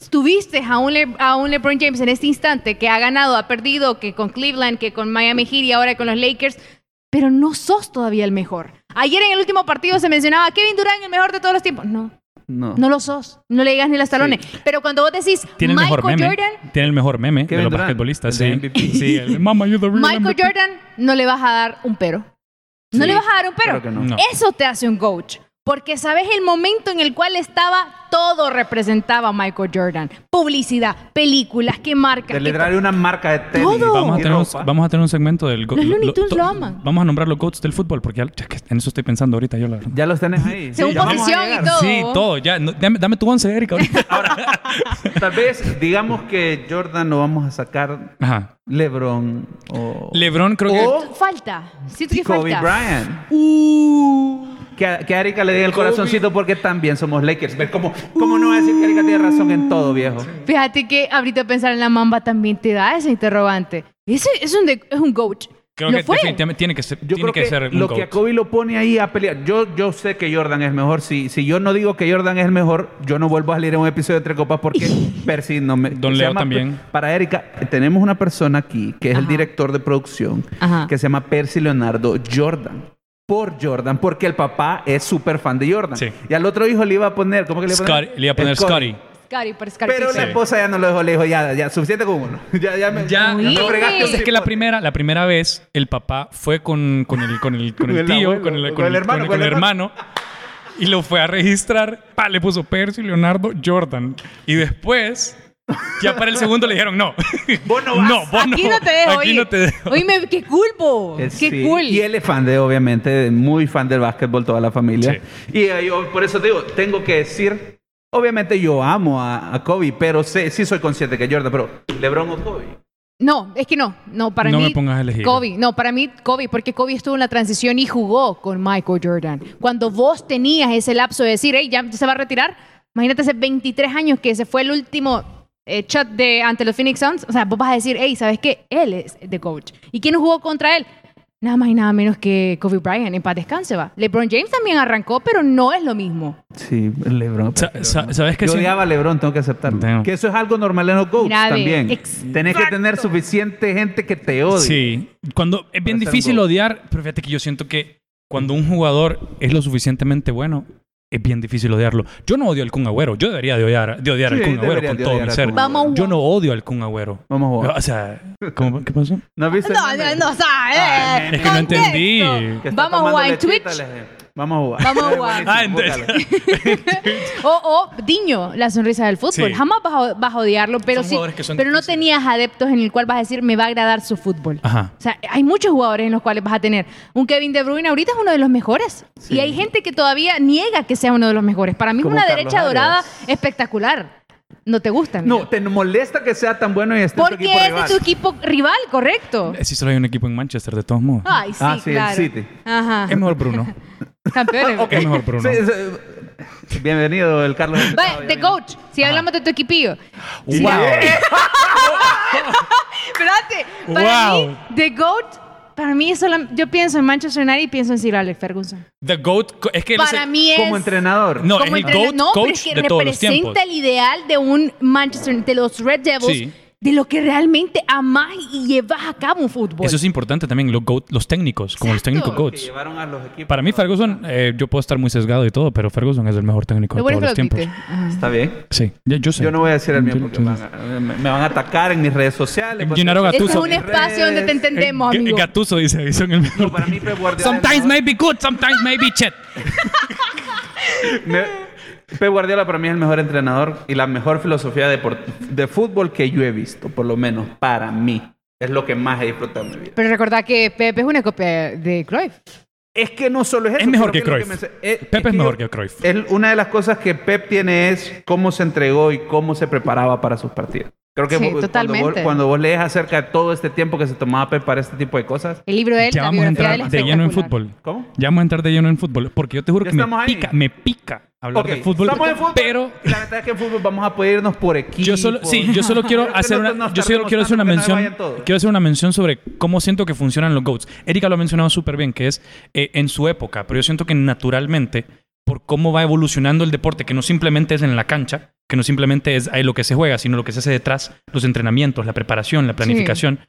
C: Tuviste a un, Le- a un LeBron James en este instante que ha ganado, ha perdido, que con Cleveland, que con Miami Heat y ahora con los Lakers. Pero no sos todavía el mejor. Ayer en el último partido se mencionaba Kevin Durant el mejor de todos los tiempos. No,
A: No.
C: no lo sos. No le digas ni las talones. Pero cuando vos decís
B: Tiene el
C: Michael
B: mejor meme.
C: Jordan,
B: Tiene el mejor meme de
A: Kevin
B: los
A: Durant,
B: basquetbolistas. ¿eh?
A: el de
B: Sí.
A: MVP.
B: Sí, el, Mama, you're the real
C: Michael
B: MVP".
C: Jordan no le vas a dar un pero. No
A: Sí,
C: le vas a dar un pero.
A: claro que no.
B: No.
C: Eso te hace un coach. Porque sabes el momento en el cual estaba, todo representaba a Michael Jordan. Publicidad, películas, qué marca.
A: De liderar una marca de tenis.
C: Todo.
A: y
B: Vamos a, tener un,
A: ropa.
B: vamos a tener un segmento del... go-
C: Los Looney Tunes
B: to-
C: lo aman.
B: Vamos a nombrar los GOATs del fútbol, porque ya- ya que en eso estoy pensando ahorita yo, la verdad.
A: Ya los tenés ahí.
C: Según
A: Ya vamos a
C: posición y
A: llegar.
C: todo.
B: Sí, todo. Ya, no, dame, dame tu once, Erika. ahorita.
A: Tal vez digamos que Jordan lo vamos a sacar
B: Ajá.
A: LeBron o
B: LeBron creo
C: Oh.
B: que...
A: o
C: Falta. Siento que
A: Kobe
C: falta.
A: Bryant.
C: Uh,
A: Que, que Erika le dé el
B: Kobe.
A: corazoncito porque también somos Lakers. Ver cómo, cómo no va a decir que Erika tiene razón en todo, viejo.
C: fíjate que ahorita pensar en la mamba también te da ese interrogante. Ese es un, de- es un coach.
B: Creo
C: Lo
B: que
C: fue.
B: definitivamente tiene que ser,
A: Yo
B: tiene
A: creo
B: que
A: que,
B: ser un
A: lo
B: GOAT.
A: que a Kobe lo pone ahí a pelear. Yo, yo sé que Jordan es mejor. Si, si yo no digo que Jordan es el mejor, yo no vuelvo a salir en un episodio de Tres Copas porque Percy no me.
B: Don
A: se
B: Leo
A: llama-
B: también.
A: Para Erika, tenemos una persona aquí que es el
C: Ajá.
A: director de producción
C: Ajá.
A: que se llama Percy Leonardo Jordan. Por Jordan, porque el papá es súper fan de Jordan.
B: Sí.
A: Y al otro hijo le iba a poner. ¿Cómo que le iba a poner?
B: Scotty- le iba a poner
A: El Kobe.
B: Scotty.
C: Scary, pero Scary
A: Pero
C: Pizza.
A: la esposa ya no lo dejó, le dijo, ya, ya, suficiente con uno. Ya, ya me,
B: Ya,
A: me
C: Uy.
A: fregaste un
B: Es que la
A: cipote.
B: primera, la primera vez el papá fue con, con el, con el, con
A: Con
B: el
A: el
B: tío,
A: abuelo,
B: con, el,
A: con
B: con
A: el
B: el-
A: hermano,
B: con el- con el hermano, y lo fue a registrar. Pa, le puso Percy Leonardo Jordan. Y después, ya para el segundo le dijeron no.
A: Vos no vas.
B: vos
C: Aquí
B: no.
C: no te dejo.
B: Aquí
C: oye.
B: no te dejo.
C: Oíme, qué culpo.
A: Es-
C: qué
A: Eh, sí.
C: cool.
A: Y él es fan de, obviamente, muy fan del básquetbol, toda la familia. Y eh, yo, por eso te digo, tengo que decir, obviamente yo amo a, a Kobe, pero sé- sí soy consciente que Jordan, pero LeBron o Kobe.
C: No, es que no. No, para
B: No
C: mí.
B: me pongas a elegir.
C: Kobe. No, para mí, Kobe, porque Kobe estuvo en la transición y jugó con Michael Jordan. Cuando vos tenías ese lapso de decir, hey, ya se va a retirar, imagínate hace 23 años que ese fue el último eh, shot de ante los Phoenix Suns. O sea, vos vas a decir, hey, ¿sabes qué? Él es de coach. ¿Y quién jugó contra él? Nada más y nada menos que Kobe Bryant. En paz descanse, va. LeBron James también arrancó, pero no es lo mismo.
A: Sí, LeBron.
B: Sa-
A: pero
B: sa-
A: no.
B: ¿sabes qué
A: Yo
B: sí?
A: odiaba a LeBron, tengo que aceptarlo.
B: Damn.
A: Que eso es algo normal en los coaches
C: Grave,
A: también.
C: exacto.
A: Tenés que tener suficiente gente que te odie.
B: Sí, cuando es bien
A: Para ser
B: difícil
A: GOAT.
B: odiar, pero fíjate que yo siento que cuando un jugador es lo suficientemente bueno, es bien difícil odiarlo. Yo no odio al Kun Agüero, yo debería de odiar, de odiar
A: Sí,
B: al Kun Agüero
A: debería
B: con
A: de
B: todo
A: odiar
B: mi
A: al
B: ser.
A: Kun
C: Vamos
A: Agüero.
C: a-
B: Yo no odio al Kun Agüero.
A: Vamos a jugar.
B: O sea, ¿cómo- ¿qué pasó?
A: ¿No viste?
C: No, no, no, o
A: Ah,
C: sea, eh,
B: es que no
C: contexto.
B: entendí.
A: Que está
C: Vamos a
A: tomando
C: jugar en
A: lechita,
C: Twitch.
A: le- Vamos a jugar.
C: Vamos a jugar.
A: Buenísimo,
B: Ah, entonces-
A: bótala.
C: O, o Diño, la sonrisa del fútbol.
B: Sí.
C: Jamás vas a, vas a odiarlo, pero,
B: Son
C: sí,
B: jugadores que son
C: pero no
B: difíciles.
C: tenías adeptos en el cual vas a decir, me va a agradar su fútbol.
B: Ajá.
C: O sea, hay muchos jugadores en los cuales vas a tener. Un Kevin De Bruyne ahorita es uno de los mejores.
A: Sí.
C: Y hay gente que todavía niega que sea uno de los mejores. Para mí es
A: Como
C: una
A: Carlos
C: derecha
A: Arias.
C: dorada espectacular. No te gusta. amigo.
A: No, te molesta que sea tan bueno y esté en tu
C: Porque
A: equipo
C: es de
A: rival. Eh,
C: tu equipo rival, correcto.
B: Sí, solo hay un equipo en Manchester, de todos modos.
C: Ay, sí,
A: Ah, sí, el
C: claro.
A: City.
C: Ajá.
B: Es mejor Bruno.
C: Campeones.
A: Em- Ok.
B: Es mejor Bruno.
A: Sí, sí. Bienvenido, el Carlos.
C: Vaya, The Coach, si hablamos de tu equipillo.
B: ¡Wow!
C: Espérate, para
B: Wow.
C: mí, The GOAT, para mí es solam- yo pienso en Manchester United y pienso en Sir Alex Ferguson.
B: The GOAT, co- es que él es
C: para
B: el-
C: mí es...
A: Como entrenador.
B: No, es
C: como
B: el
C: entrena-
B: GOAT
C: no, pero
B: coach
C: es que
B: de todos los tiempos.
C: representa el ideal de un Manchester, de los Red Devils,
B: Sí.
C: de lo que realmente amás y llevas a cabo un fútbol.
B: Eso es importante también, los, GOAT, los técnicos, como los
C: Exacto.
B: técnicos GOATs.
A: llevaron a los equipos.
B: Para mí, Ferguson, eh, yo puedo estar muy sesgado y todo, pero Ferguson es el mejor técnico de
C: Lo bueno
B: todos
C: es
B: los
C: que lo
B: tiempos.
C: quité. Ajá.
A: Está bien.
B: Sí, ya- yo sé.
A: Yo no voy a decir el mío
B: Yo-
A: porque
B: yo-
A: van a- me, me van a atacar en mis redes sociales. pues, porque-
B: Gennaro Gattuso.
C: Este es
B: Gatuso.
C: un espacio donde te
B: Eh,
C: entendemos,
B: G-
C: amigo.
B: Gattuso dice, dice en el mejor.
A: No, para mí Pep Guardiola.
B: Sometimes
A: es el
B: maybe good, sometimes maybe shit.
A: mejor- me- Pep Guardiola para mí es el mejor entrenador y la mejor filosofía de, por- de fútbol que yo he visto, por lo menos para mí. Es lo que más he disfrutado en mi vida.
C: Pero recordá que Pepe es una copia de Cruyff.
A: Es que no solo es eso.
B: Es mejor
A: pero
B: que
A: lo
B: Cruyff.
A: me ense- eh, es
B: Pepe es
A: yo-
B: mejor que Cruyff.
A: Él- una de las cosas que Pep tiene es cómo se entregó y cómo se preparaba para sus partidos. Creo que
C: Sí,
A: vos- cuando, vos,
C: totalmente.
A: cuando vos lees acerca de todo este tiempo que se tomaba Pep para este tipo de cosas,
C: El libro de él,
B: Ya
C: la
B: vamos a
C: biografía de él
B: entrar
C: es
B: de lleno en
C: espectacular.
B: fútbol.
A: ¿cómo?
B: Ya vamos a entrar de lleno en fútbol. Porque yo te juro
A: Ya
B: que me
A: estamos ahí.
B: pica, me pica hablar
A: Ok,
B: de fútbol.
A: estamos en fútbol,
B: Pero
A: y la verdad es que en fútbol vamos a poder irnos por equipo.
B: yo solo, sí, yo solo quiero
A: Creo que
B: hacer
A: no-
B: una,
A: nos
B: yo solo
A: tardemos
B: quiero hacer una
A: tanto que no se
B: mención.
A: vayan todos.
B: Quiero hacer una mención sobre cómo siento que funcionan los GOATs. Erika lo ha mencionado súper bien, que es eh, en su época, pero yo siento que naturalmente, por cómo va evolucionando el deporte, que no simplemente es en la cancha, que no simplemente es ahí lo que se juega, sino lo que se hace detrás, los entrenamientos, la preparación, la planificación,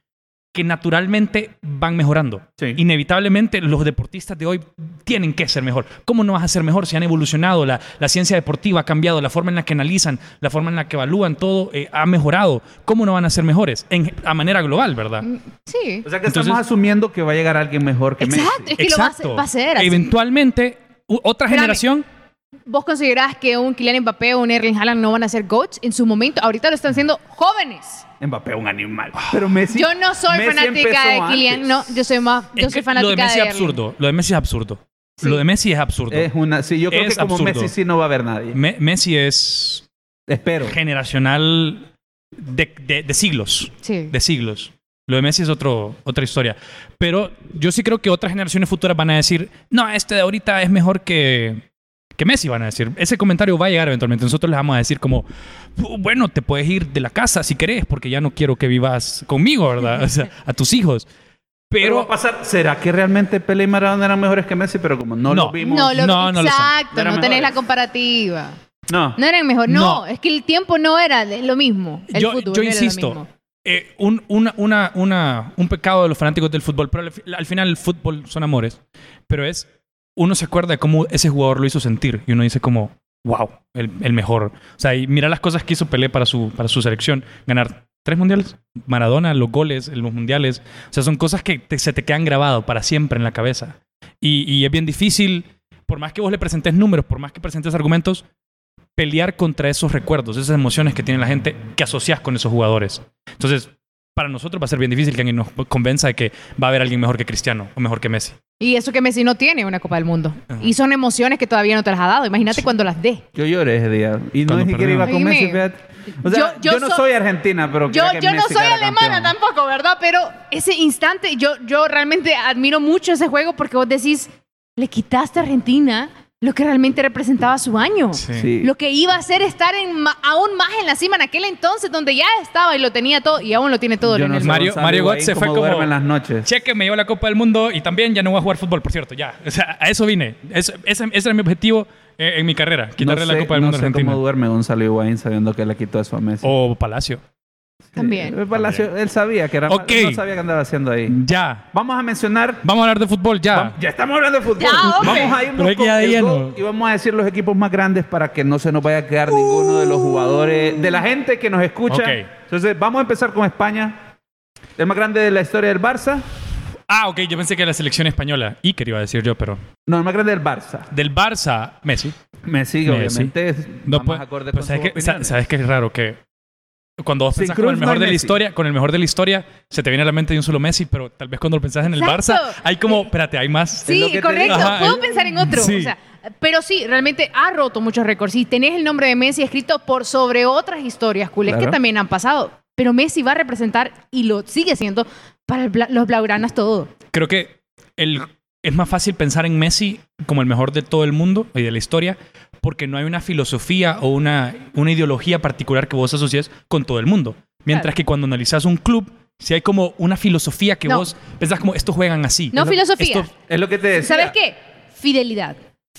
B: que naturalmente van mejorando.
A: Sí.
B: Inevitablemente los deportistas de hoy tienen que ser mejor. ¿Cómo no vas a ser mejor si han evolucionado? La, la ciencia deportiva ha cambiado, la forma en la que analizan, la forma en la que evalúan todo eh, ha mejorado. ¿Cómo no van a ser mejores? En- a manera global, ¿verdad?
C: Mm, Sí.
A: O sea que
B: Entonces-
A: estamos asumiendo que va a llegar alguien mejor que
C: Exacto.
A: Messi.
C: Es que lo va a ser- va a ser así.
B: Eventualmente, u- otra
C: Espérame.
B: generación...
C: ¿Vos considerás que un Kylian Mbappé o un Erling Haaland no van a ser GOATs en su momento? Ahorita lo están siendo jóvenes.
A: Mbappé un animal. Pero Messi.
C: yo no soy
A: Messi
C: fanática
A: empezó
C: de Kylian,
A: antes.
C: no, yo soy más, yo
B: Es
C: soy
B: que lo
C: fanática
B: de Messi es
C: Erling.
B: absurdo. Lo de Messi es absurdo.
C: Sí.
B: Lo de Messi es absurdo.
A: Es una, sí, yo creo
B: Es
A: que como
B: absurdo.
A: Messi sí no va a haber nadie.
B: Me- Messi es
A: Espero.
B: generacional de, de- de siglos.
C: Sí.
B: De siglos. Lo de Messi es otro, otra historia. Pero yo sí creo que otras generaciones futuras van a decir, no, este de ahorita es mejor que, que Messi, van a decir. Ese comentario va a llegar eventualmente. Nosotros les vamos a decir como, "Bu- bueno, te puedes ir de la casa si querés, porque ya no quiero que vivas conmigo, ¿verdad? O sea, a tus hijos.
A: Pero va a
B: Pero...
A: pasar. ¿Será que realmente Pelé y Maradona eran mejores que Messi? Pero como no,
B: No.
A: lo vimos.
C: no, lo,
B: No, no lo son.
A: No
C: exacto, no,
A: eran
C: tenés
A: mejores.
C: la comparativa.
A: No.
C: No eran mejor, no,
B: No.
C: es que el tiempo no era de- lo mismo. El
B: yo,
C: fútbol
B: yo
C: no era lo
B: insisto,
C: mismo.
B: eh, un, una- una- una- un pecado de los fanáticos del fútbol, pero al, fi- al final el fútbol son amores, pero es, uno se acuerda de cómo ese jugador lo hizo sentir y uno dice como, wow, el, el mejor. O sea, y mira las cosas que hizo Pelé para su, para su selección, ganar tres mundiales, Maradona, los goles, los mundiales, o sea, son cosas que te- se te quedan grabado para siempre en la cabeza. Y, y es bien difícil, por más que vos le presentes números, por más que presentes argumentos, pelear contra esos recuerdos, esas emociones que tiene la gente que asocias con esos jugadores. Entonces, para nosotros va a ser bien difícil que alguien nos convenza de que va a haber alguien mejor que Cristiano o mejor que Messi.
C: Y eso que Messi no tiene una Copa del Mundo.
B: Ajá.
C: Y son emociones que todavía no te las ha dado. Imagínate cuando las dé.
A: Yo lloré ese día. Y no
B: Cuando
A: ni siquiera
B: perdieron.
A: iba con
C: Oíme.
A: Messi, fíjate. O sea,
C: Yo-
A: yo,
C: yo
A: no
C: so-
A: soy argentina, pero
C: Yo,
A: quería que
C: yo no
A: Messi
C: soy
A: quedara
C: alemana
A: campeón.
C: tampoco, ¿verdad? Pero ese instante, yo, yo realmente admiro mucho ese juego porque vos decís, le quitaste a Argentina lo que realmente representaba su año.
A: Sí.
C: Lo que iba a hacer estar en ma- aún más en la cima en aquel entonces donde ya estaba y lo tenía todo y aún lo tiene todo.
A: Yo no
C: Lionel
A: sé,
C: Messi.
B: Mario-
A: Gonzalo
B: Mario
A: Higuaín,
B: Götze fue
A: cómo
B: como-
A: duerme en las noches.
B: Cheque me llevó la Copa del Mundo y también ya no voy a jugar fútbol, por cierto, ya. O sea, a eso vine. Es- ese, ese era mi objetivo eh, en mi carrera, quitarle
A: no
B: la
A: sé,
B: Copa del
A: no
B: Mundo a
A: sé
B: Argentina. Oh.
A: cómo duerme Gonzalo Higuaín sabiendo que le quitó eso a Messi.
B: O Palacio.
C: También.
A: Eh, Palacio, él sabía que era
B: Ok. Mm.
A: no sabía que andaba haciendo ahí.
B: Ya.
A: Vamos a mencionar
B: Vamos a hablar de fútbol, ya.
A: Ya estamos hablando de fútbol.
C: Ya, hombre.
A: vamos a irnos
B: Ah. Pero es que
A: con
B: ya
A: el
B: de
A: GOAT
B: lleno.
A: y vamos a decir los equipos más grandes para que no se nos vaya a quedar ninguno de los jugadores, de la gente que nos escucha.
B: Ok.
A: Entonces, vamos a empezar con España. El más grande de la historia del Barça.
B: Ah, ok, yo pensé que era la selección española. Iker iba a decir yo, pero...
A: No, el más grande del Barça.
B: Del Barça, Messi.
A: Messi,
B: Messi.
A: obviamente, es
B: No,
A: va
B: pues,
A: más acorde
B: pues,
A: con
B: ¿sabes,
A: sus
B: que, sa-
A: opiniones.
B: sabes que es raro que cuando vos
A: Sin
B: pensás con el
A: Cruyff no
B: mejor
A: hay
B: de la
A: Messi.
B: historia, con el mejor de la historia, se te viene a la mente de un solo Messi, pero tal vez cuando lo pensás en el
C: Exacto. Eh.
B: Barça, hay como, espérate, hay más.
A: Es lo
C: Sí,
A: que te
C: correcto.
B: digo. Ajá,
C: Puedo
B: eh,
C: pensar en otro.
B: sí.
C: O sea, pero sí, realmente ha roto muchos récords. Y tenés el nombre de Messi escrito por sobre otras historias cules que
A: Claro.
C: también han pasado. Pero Messi va a representar y lo sigue siendo para el bla- los blaugranas todo.
B: Creo que el, es más fácil pensar en Messi como el mejor de todo el mundo y de la historia, porque no hay una filosofía o una, una ideología particular que vos asocies con todo el mundo. Mientras
C: Claro.
B: que cuando analizás un club, si hay como una filosofía que
C: No.
B: vos pensás como, estos juegan así.
C: No
B: Estos-
C: filosofía.
B: estos-
A: Es lo que te decía.
C: ¿Sabes qué? Fidelidad.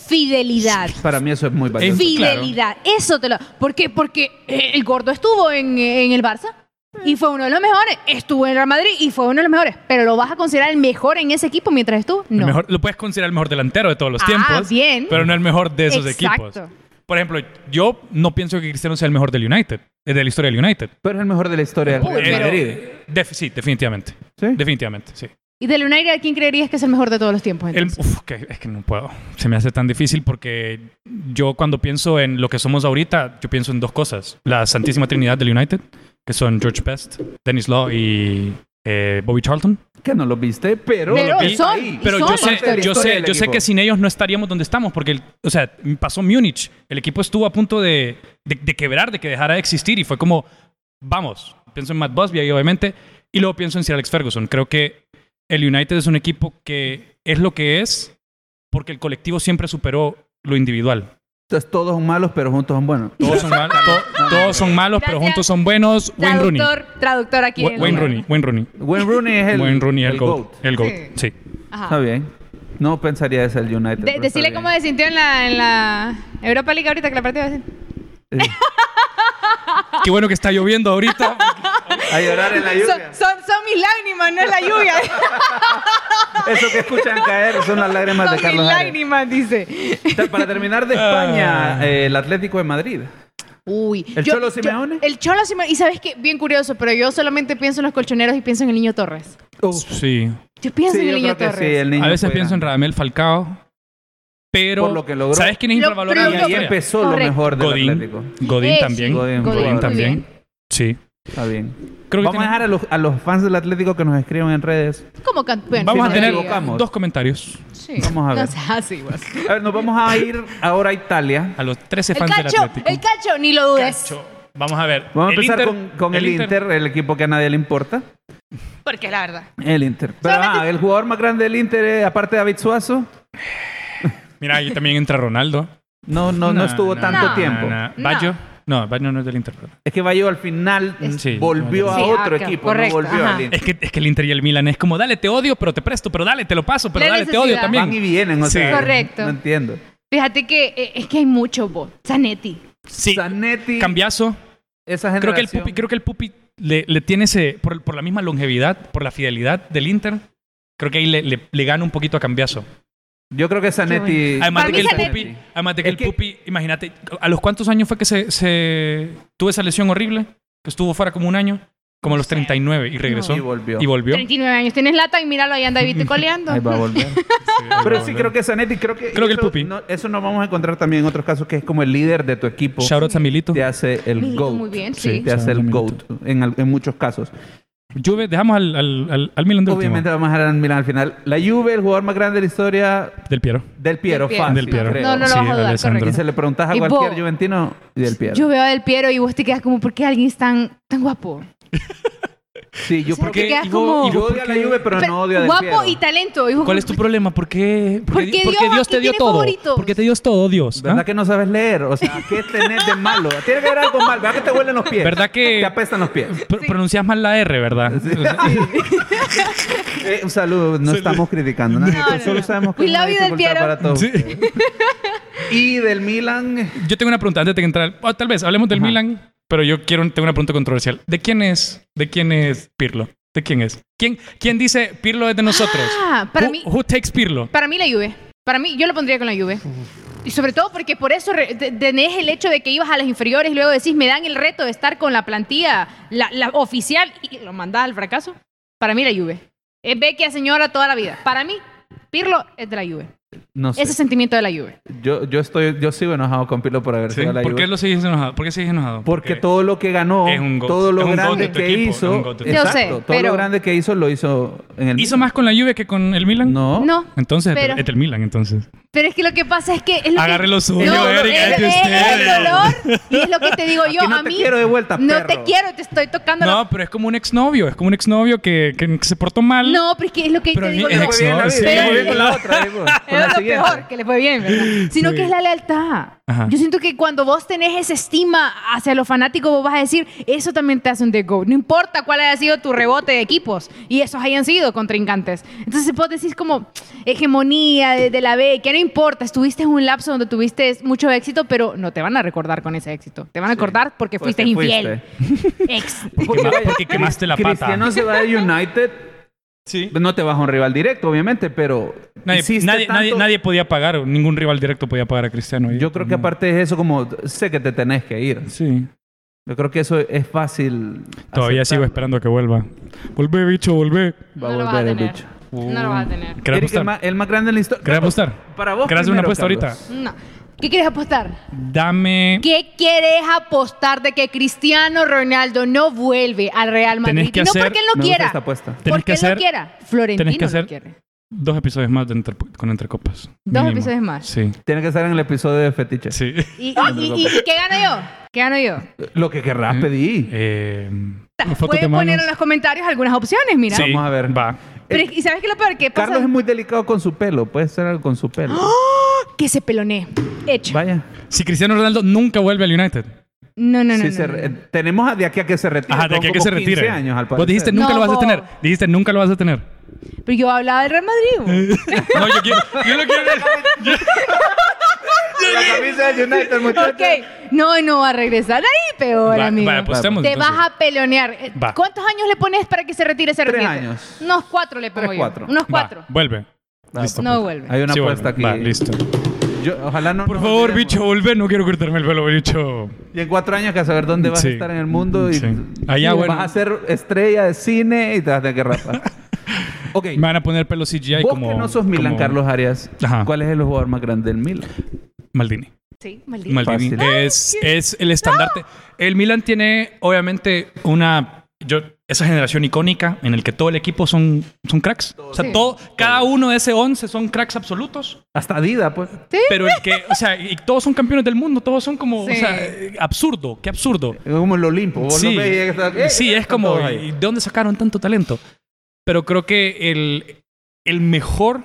C: Fidelidad.
A: Para mí eso es muy valioso.
B: Sí.
C: Fidelidad. Eso te lo. ¿Por qué? Porque eh, el gordo estuvo en, eh, en el Barça y fue uno de los mejores. Estuvo en el Real Madrid y fue uno de los mejores. Pero lo vas a considerar el mejor en ese equipo mientras estuvo.
B: El
C: No.
B: mejor- lo puedes considerar el mejor delantero de todos los
C: Ah,
B: tiempos.
C: bien.
B: Pero no el mejor de esos
C: Exacto.
B: equipos. Por ejemplo, yo no pienso que Cristiano sea el mejor del United, eh, de la historia del United. Eh,
A: Pero es el mejor de la historia del
C: Uy,
A: Real
C: pero-
A: Madrid.
B: Def- sí, definitivamente.
A: ¿Sí?
B: Definitivamente, sí.
C: ¿Y del United a quién creerías que es el mejor de todos los tiempos?
B: El-
C: entonces?
B: uf, que- es que no puedo. Se me hace tan difícil porque yo cuando pienso en lo que somos ahorita, yo pienso en dos cosas. La Santísima Trinidad del United, que son George Best, Dennis Law y eh, Bobby Charlton.
A: Que no lo viste, pero,
C: Pero
A: lo que está
C: son-
A: ahí.
B: Pero
C: son
B: yo
C: la
B: sé,
C: historia.
B: yo
A: Historia
B: sé,
A: del
B: yo sé
A: equipo.
B: que sin ellos no estaríamos donde estamos, porque, el- o sea, pasó Múnich, el equipo estuvo a punto de, de- de quebrar, de que dejara de existir, y fue como, vamos, pienso en Matt Busby ahí, obviamente, y luego pienso en Sir Alex Ferguson. Creo que el United es un equipo que es lo que es, porque el colectivo siempre superó lo individual.
A: Entonces todos son malos, pero juntos son buenos.
B: Todos son, mal- to- todos son malos, pero
C: Gracias.
B: juntos son buenos. Wayne Rooney.
C: Traductor, traductor aquí. en
B: Wa-
C: el
B: Wayne
C: lugar.
B: Rooney. Wayne Rooney.
A: Wayne Rooney es el,
B: Wayne Rooney, el, GOAT. El GOAT,
C: Sí.
B: sí.
C: Ajá.
A: Está bien. No pensaría es el United.
C: De-
A: pero está
C: decile
A: bien.
C: cómo se sintió en la, en la Europa League ahorita que la partida va a ser.
A: Eh,
B: Qué bueno que está lloviendo ahorita.
A: a llorar en la
C: Son,
A: lluvia.
C: son, son mis mis lágrimas, no es la lluvia.
A: Eso que escuchan caer son las lágrimas
C: Son
A: de Carlos.
C: mis
A: Ares.
C: lágrimas, dice.
A: Ta- Para terminar de
B: Ah.
A: España, eh, el Atlético de Madrid.
C: Uy.
A: ¿El Cholo Simeone?
C: el Cholo Simeone. Y sabes que, bien curioso, pero yo solamente pienso en los colchoneros y pienso en el niño Torres.
B: Sí.
C: Yo pienso
A: Sí,
C: en el
A: yo
C: niño
A: creo que
C: Torres.
A: sí, el niño
B: A veces
A: fue
B: pienso en
A: grande.
B: Radamel Falcao. Pero.
A: Por lo que logró.
B: ¿Sabes quién es
C: Lo-
B: infravalorado en
A: Y
B: la
C: pero lo-
A: ahí
B: historia?
A: empezó lo
C: Correcto.
A: mejor del Atlético.
B: Godín. Godín
C: Eh, sí,
B: también.
A: Godín,
B: Godín,
A: Godín, muy
B: también.
C: bien.
B: Sí.
A: Está bien.
B: Creo que
A: Vamos a
B: tiene-
A: dejar a los, a los fans del Atlético que nos escriban en redes.
C: Como campeón.
B: Vamos a
A: nos
B: tener
A: equivocamos.
B: dos comentarios.
C: Sí.
A: Vamos a ver.
C: No seas así, vos.
A: A ver, nos vamos a ir ahora a Italia.
B: A los 13
C: El
B: fans del
C: cacho,
B: Atlético.
C: el cacho, ni lo dudes.
B: Cacho. Vamos a ver.
A: Vamos a
B: El
A: empezar
B: Inter-
A: con, con el, Inter, el equipo que a nadie le importa.
C: Porque es la verdad.
A: El Inter. Pero,
C: Solamente-
A: ah, el jugador más grande del Inter, eh, aparte de David Suazo,
B: Mira, ahí también entra Ronaldo.
A: no, no, no, estuvo tanto
C: no,
A: tiempo.
B: no.
C: No.
B: Baggio. No, Baggio no es del Inter. perdón.
A: Es que Bayo al final mm,
B: Sí,
A: volvió a
C: sí,
A: otro
C: ah,
A: equipo, no
C: correcto,
A: volvió
C: ajá.
A: al Inter.
B: Es que, es que el Inter y el Milan es como, dale, te odio, pero te presto, pero dale, te lo paso, pero
C: La
B: dale, te odio
C: necesidad.
A: Van y
B: también.
A: vienen, o
B: Sí.
A: sea,
C: Correcto.
A: no entiendo.
C: Fíjate que eh, es que hay mucho, vos. Zanetti.
B: Sí.
A: Zanetti,
B: Cambiazo.
A: esa
B: Creo que el
A: generación.
B: Pupi, creo que el Pupi le, le tiene ese, por, por la misma longevidad, por la fidelidad del Inter, creo que ahí le, le- le gana un poquito a Cambiazo.
A: Yo creo que Zanetti...
B: Además de
C: Para
B: que el
C: mí Zanetti-
B: Pupi, además de que
A: Es
B: el
A: que-
B: Pupi, imagínate, ¿a los cuántos años fue que se, se tuvo esa lesión horrible? Que estuvo fuera como un año, como a los 39 y regresó.
A: Y volvió.
B: Y volvió.
C: 39 años. Tienes lata y míralo ahí anda David coleando.
A: Ahí va a volver. Pero sí creo que Zanetti, creo que...
B: Creo que el
A: eso
B: Pupi.
A: no- eso nos vamos a encontrar también en otros casos, que es como el líder de tu equipo.
B: Shoutouts a Milito.
A: te hace el
C: Milito,
A: GOAT.
C: muy bien, sí.
A: Te hace el GOAT en, al- en muchos casos.
B: Juve, dejamos al, al, al, al Milan de último.
A: Obviamente vamos a dejar al Milan al final. La Juve, el jugador más grande de la historia,
B: Del Piero.
A: Del Piero,
C: Del Piero.
A: fácil,
B: Del Piero.
A: Ah, creo.
C: No, no lo
B: Sí,
C: vas a dudar,
B: Alessandro.
A: Y
C: correcto.
A: se le preguntas a
C: Y
A: cualquier
C: vos.
A: juventino, y Del Piero.
C: Yo veo a Del Piero y vos te quedas como, ¿por qué alguien es tan, tan guapo?
A: sí, yo
C: O sea,
A: porque...
C: te quedas
B: y vos-
C: como...
B: y
A: Yo odio a la Juve, pero,
C: Pero
A: no odio a Del
C: guapo
A: Piero.
C: y talento. hijo.
B: ¿Cuál es tu problema? ¿Por qué?
C: Porque
B: Di-
C: Dios aquí
B: te dio
C: tiene
B: todo.
C: favoritos.
B: Porque te dio todo, Dios.
A: ¿Verdad
B: ¿ah?
A: que no sabes leer? O sea, ¿qué tenés de malo? Tiene que haber algo mal. ¿Verdad que te huelen los pies?
B: ¿Verdad que-
A: Te apestan los pies.
B: Pro- Pronuncias mal la R, ¿verdad?
A: Eh, un saludo. No estamos criticando nada.
C: No, no,
A: Solo
C: no.
A: sabemos que
C: We
A: es una
C: love you, Del
A: dificultad
C: Piero.
A: para todos.
B: Sí.
A: Y del Milan...
B: Yo tengo una pregunta antes de que entrar. ah, tal vez hablemos del
A: Ajá.
B: Milan, pero yo quiero tengo una pregunta controversial. ¿De quién es? ¿De quién es Pirlo? ¿De quién es? ¿Quién, quién dice Pirlo es de nosotros?
C: Ah, para
B: who,
C: mí-
B: who takes Pirlo?
C: Para mí la Juve. Para mí, yo lo pondría con la Juve. Y sobre todo porque por eso re- te- tenés el hecho de que ibas a las inferiores y luego decís, me dan el reto de estar con la plantilla, la, la oficial, y lo mandás al fracaso. Para mí la Juve. Es Vecchia señora toda la vida. Para mí, Pirlo es de la Juve.
A: No sé.
C: Ese sentimiento de la Juve.
A: Yo, yo, estoy, yo sigo enojado con Pirlo por haber
B: ¿Sí?
A: sido a la
B: ¿Por
A: Juve.
B: qué lo sigues enojado? ¿Por qué sigues enojado?
A: Porque todo lo que ganó,
B: Es un goat.
A: todo lo
B: Es un goat
A: grande
B: de tu
A: que
B: equipo, es un
A: hizo,
B: goat de tu
A: exacto,
C: equipo. Yo
A: todo
C: sé, pero-
A: lo grande que hizo lo hizo en el
B: ¿Hizo más con la Juve que con el Milan?
A: No.
C: No.
B: Entonces,
C: Pero-
B: es del Milan, entonces.
C: Pero es que lo que pasa es que... Es lo que-
B: Agarre lo suyo,
C: No,
B: Eric,
C: es-
B: es de
C: es el
B: ustedes.
C: dolor y es lo que te digo yo.
A: Aquí no
C: a
A: te
C: mí
A: quiero de vuelta,
C: No
A: perro.
C: te quiero, te estoy tocando la-
B: No, pero es como un exnovio. Es como un exnovio que, que se portó mal.
C: No, pero es que es lo que
B: Pero
C: te
B: es
C: digo
B: mi-
C: yo.
B: es
A: Fue bien la vida,
B: No, sí.
A: fue bien con la otra, digo, con
C: Es
A: la
C: lo
A: siguiente.
C: peor, que le fue bien, ¿verdad? Sino
B: Sí.
C: que es la lealtad.
B: Ajá.
C: Yo siento que cuando vos tenés esa estima hacia los fanáticos, vos vas a decir, eso también te hace un The Goat. No importa cuál haya sido tu rebote de equipos y esos hayan sido contrincantes. Entonces vos decís como hegemonía de, de la B, que no importa, estuviste en un lapso donde tuviste mucho éxito, pero no te van a recordar con ese éxito. Te van a recordar porque fuiste
A: Porque
C: infiel. Ex.
B: Porque quema- porque quemaste la pata.
A: Cristiano se va de United,
B: Sí.
A: no te vas a un rival directo, obviamente, pero
B: Nadie,
A: hiciste
B: nadie,
A: tanto-
B: nadie- Mm. nadie podía pagar, ningún rival directo podía pagar a Cristiano.
A: Yo creo que aparte de eso, como sé que te tenés que ir.
B: Sí.
A: Yo creo que eso es fácil.
B: Todavía sigo
A: aceptarlo.
B: esperando que vuelva. Volvé, bicho, volvé.
A: Va
C: No lo
A: a
C: vas a
A: volver Uh. el
C: tener.
A: bicho.
C: No lo vas a tener.
B: ¿Querés
A: Eric, el, ma-
B: apostar?
A: el más grande en la historia.
B: ¿Querés apostar?
A: Para vos
B: ¿Querés hacer una
A: primero,
B: apuesta
A: Carlos.
B: ahorita?
C: No. ¿Qué quieres apostar?
B: Dame.
C: ¿Qué quieres apostar de que Cristiano Ronaldo no vuelve al Real Madrid?
B: Tenés que
C: Y no
B: hacer-
C: porque él no
A: Me gusta
C: quiera.
A: esta apuesta.
B: Tenés
C: porque
B: que
C: él
B: hacer-
C: no quiera. Florentino
B: tenés que hacer-
C: lo quiere.
B: Dos episodios más de Entre- con Entre Copas.
C: Dos episodios más.
B: Sí.
A: Tiene que estar en el episodio de Fetiche.
B: Sí.
C: ¿Y, y- y- y- y qué gano yo? ¿Qué gano yo?
A: Lo que querrás pedí.
B: Eh, fotos de
C: Pueden poner
B: manos.
C: en los comentarios algunas opciones, mira.
B: Sí,
A: Vamos a ver.
B: Va.
C: Pero es- ¿Y sabes qué es lo peor? ¿Qué pasa?
A: Carlos es muy delicado con su pelo. Puede ser algo con su pelo.
C: Que se pelonee. Hecho.
A: Vaya.
B: Si Cristiano Ronaldo nunca vuelve al United.
C: No, no, no.
A: Sí,
C: no,
A: se
C: no,
A: re-
C: no.
A: Tenemos a de aquí a que se retire.
B: Ajá, de
A: Son
B: que, que
A: como
B: se retire.
A: 15 años, al
B: Vos dijiste
A: parecer.
B: nunca
C: No,
B: lo vas a
C: vos.
B: tener. Dijiste nunca lo vas a tener.
C: Pero yo hablaba del Real Madrid. bo.
B: No, yo quiero. Yo lo quiero ver.
A: La camisa de United, muchachos.
C: Ok, no, no va a regresar ahí peor,
B: Va-
C: amigo.
B: va, apostemos,
C: Te
B: entonces.
C: vas a pelonear. Eh,
B: Va.
C: ¿Cuántos años le pones para que se retire ese
A: Tres
C: requete?
A: años.
C: Unos cuatro le pongo
A: Tres,
C: yo.
A: cuatro.
C: Unos
B: Va,
C: cuatro.
B: vuelve.
A: Va,
B: Listo,
C: no
B: pues.
C: vuelve.
A: Hay una
B: Sí,
A: apuesta aquí.
B: vuelve. Va, listo.
A: Yo- ojalá no.
B: Por
A: nos
B: favor,
A: olvidemos.
B: bicho, vuelve. No quiero cortarme el pelo, bicho.
A: Y en cuatro años que a saber dónde vas
B: Sí.
A: a estar en el mundo y,
B: Sí. Allá,
A: y
B: bueno.
A: vas a ser estrella de cine y te vas a tener que rapar. ok.
B: Me van a poner pelo CGI
A: Vos
B: como...
A: que no sos Milan
B: como
A: Carlos Arias,
B: Ajá.
A: ¿cuál es el jugador más grande del Milan?
B: Maldini.
C: Sí, maldito.
B: Maldini.
A: Fácil.
B: Es, es el estandarte. El Milan tiene, obviamente, una. Yo, esa generación icónica en el que todo el equipo son, son cracks. O sea,
C: Sí.
B: todo, cada uno de ese 11 son cracks absolutos.
A: Hasta Dida, pues.
B: Pero el que, o sea, y todos son campeones del mundo, todos son como, o
C: Sí.
B: sea, eh, absurdo, qué absurdo.
A: Es como el Olimpo. Vos
B: Sí,
A: lo ves y es- eh,
B: sí, es
A: están
B: como,
A: todos
B: ¿y
A: ahí.
B: ¿de dónde sacaron tanto talento? Pero creo que el, el mejor,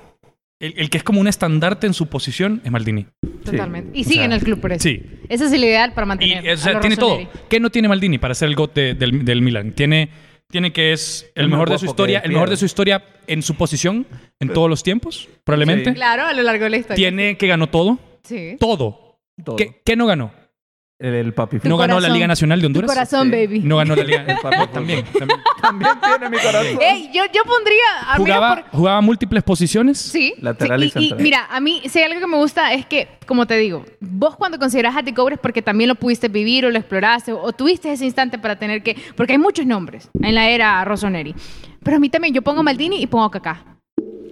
B: el, el que es como un estandarte en su posición es Maldini.
C: Totalmente. Y
B: O
C: sigue
B: sea,
C: en el club por eso.
B: Sí,
C: Ese es el ideal para
B: Y,
C: mantener.
B: o sea,
C: a los
B: tiene todo.
C: Rossoneri.
B: ¿Qué no tiene Maldini para ser el GOAT de- del, del Milan? Tiene, tiene que es el
A: El
B: mejor de su
A: guapo que
B: historia, el mejor de su historia en su posición, en todos los tiempos, probablemente.
A: Sí.
C: Claro, a lo largo de la historia.
B: Tiene que ganó todo.
C: Sí.
B: Todo.
A: Todo.
B: ¿Qué, qué no ganó?
A: El, el papi
C: Tu
B: no ganó la
C: corazón.
B: Liga Nacional de
C: Tu
B: Honduras.
C: corazón,
A: Sí.
C: baby.
B: No ganó la Liga.
A: El papi
B: también.
A: también. También
B: también.
A: tiene mi corazón.
C: Ey, yo, yo pondría. Al menos
B: Jugaba,
C: por-
B: jugaba múltiples posiciones.
C: Sí.
A: Lateral
C: sí,
A: y central.
C: mira, a mí, si hay algo que me gusta es que, como te digo, vos cuando considerás a The Cobra es porque también lo pudiste vivir o lo exploraste o, o tuviste ese instante para tener que. Porque hay muchos nombres en la era Rossoneri. Pero a mí también, yo pongo Maldini y pongo Kaká.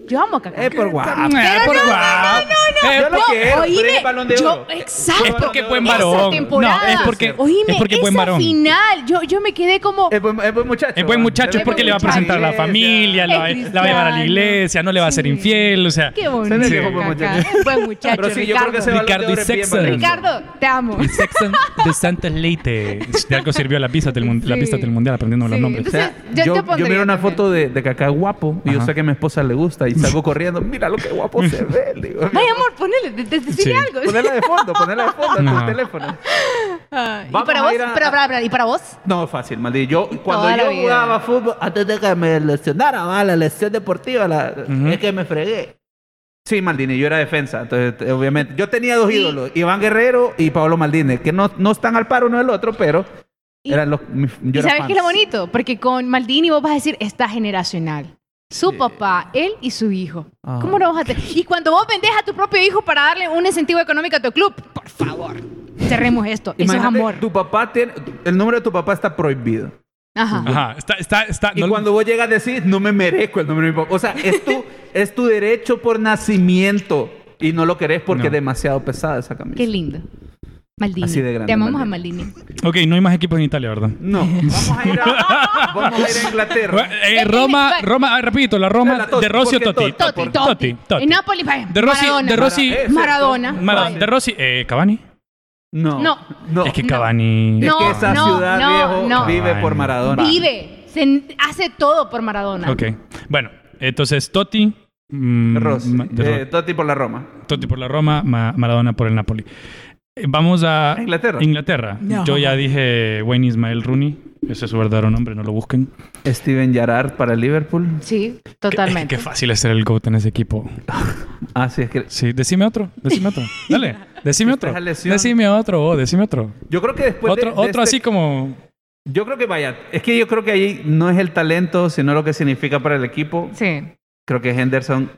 C: Yo amo a Kaká.
A: Es por guapo.
B: Eh, por guapo. Eh,
A: Yo lo
C: No,
A: quiero, pero
C: oíme,
A: es Balón de
C: yo-
A: Oro.
C: exacto.
B: Es porque buen
C: Esa
B: varón.
C: temporada.
B: No, es porque-
C: Oíme,
B: es porque buen
C: esa
B: varón.
C: final. Yo, yo me quedé como.
A: Es buen, es buen muchacho.
B: Es buen muchacho, es
C: Es
B: porque
C: buen
B: le va a
C: muchacho.
B: presentar la familia, la, va-
C: Es
B: la va a llevar a la
C: cristiano.
B: iglesia, no le va a ser
C: Sí.
B: infiel, o sea.
C: Qué
A: Se
C: bonito.
A: me quedó buen
C: Kaká.
A: muchacho.
C: Es buen muchacho.
A: Pero sí, yo
C: Ricardo.
A: creo que ese balón
B: Ricardo
A: de oro es bien
B: Sexton.
A: valioso.
C: Ricardo, te amo.
B: Y Sex and the Santa's Late. De algo sirvió la pista del, mun- la
C: Sí.
B: pista del mundial aprendiendo los
C: Sí.
A: O
B: nombres.
A: sea,
C: Entonces, yo
A: yo,
C: te
A: yo
C: pondría
A: miro una
C: también.
A: foto de, de Kaká guapo y yo
B: Ajá.
A: sé que a mi esposa le gusta y salgo corriendo. Mira lo que guapo se ve. le digo.
C: Ay, amor, ponele, de- de- decile
B: Sí.
C: algo.
A: Ponela de fondo, ponela de fondo en
B: Ajá.
A: tu teléfono.
C: Ah, ¿Y
A: Vamos
C: para
A: a
C: vos?
A: ir a-
C: Pero, para, para, ¿Y para vos?
A: No, fácil, maldito. Yo, cuando
C: Toda la
A: yo
C: vida.
A: jugaba fútbol, antes de que me lesionara, va, la lesión deportiva, la-
B: Ujú.
A: es que me fregué. Sí, Maldini, yo era defensa, entonces te- obviamente. Yo tenía dos
C: Sí.
A: ídolos, Iván Guerrero y Pablo Maldini, que no, no están al par uno del otro, pero
C: Y-
A: eran los. mi- yo
C: ¿Y
A: era
C: sabes qué es lo
A: fans.
C: bonito? Porque con Maldini vos vas a decir, está generacional. Su
A: Sí.
C: papá, él y su hijo.
A: Ah.
C: ¿Cómo no vas a tener? Y cuando vos vendés a tu propio hijo para darle un incentivo económico a tu club, por favor, cerremos esto. Eso es
A: Imagínate,
C: amor.
A: Tu papá tiene. El nombre de tu papá está prohibido.
C: Ajá.
B: Ajá, está, está, está.
A: Y
B: no-
A: cuando vos llegas a decir, no me merezco el nombre de mi papá. O sea, es tu, es tu derecho por nacimiento y no lo querés porque
B: No.
A: es demasiado pesada esa camisa.
C: Qué lindo. Maldini.
A: Así de grande,
C: Te amamos a Maldini.
B: Ok, no hay más equipos en Italia, ¿verdad?
A: No, vamos a ir a, vamos a, ir a Inglaterra.
B: Eh, Roma, Roma, ah, rapidito, la Roma
A: La Totti,
B: de Rossi o
A: ¿por qué
B: Totti.
A: Totti?
C: Totti, Totti.
B: Totti.
C: En Nápoles, vaya,
B: De Rossi-
C: Maradona.
B: de Rossi-
A: Es cierto.
C: Maradona.
B: Mara- de Rossi, eh, Cavani.
A: No.
C: No.
A: no.
B: Es que
A: Es
B: Cavani.
A: que
C: No,
A: esa
C: no,
A: ciudad
C: no,
A: viejo
C: no.
A: vive por Maradona.
C: Vive. Se hace todo por Maradona.
B: Ok. Bueno, entonces Totti. mm,
A: Rossi.
B: ma- de
A: Eh, Totti por la Roma.
B: Ro- Totti por la Roma, Ma- Maradona por el Napoli. Eh, Vamos a
A: A Inglaterra.
B: Inglaterra.
C: No.
B: Yo ya dije Wayne Ismael Rooney. Ese es su verdadero nombre, no lo busquen.
A: Steven Gerrard para el Liverpool.
C: Sí,
B: Qué- es que
C: totalmente.
B: Qué, fácil es ser el GOAT en ese equipo.
A: Ah, sí, es que.
B: Sí, decime otro, decime otro. Dale, decime otro.
A: Esta lesión.
B: Decime otro, oh, decime otro.
A: Yo creo que después. de-
B: Otro,
A: de este-
B: otro así como...
A: Yo creo que vaya. Es que yo creo que ahí no es el talento, sino lo que significa para el equipo.
C: Sí.
A: Creo que Henderson,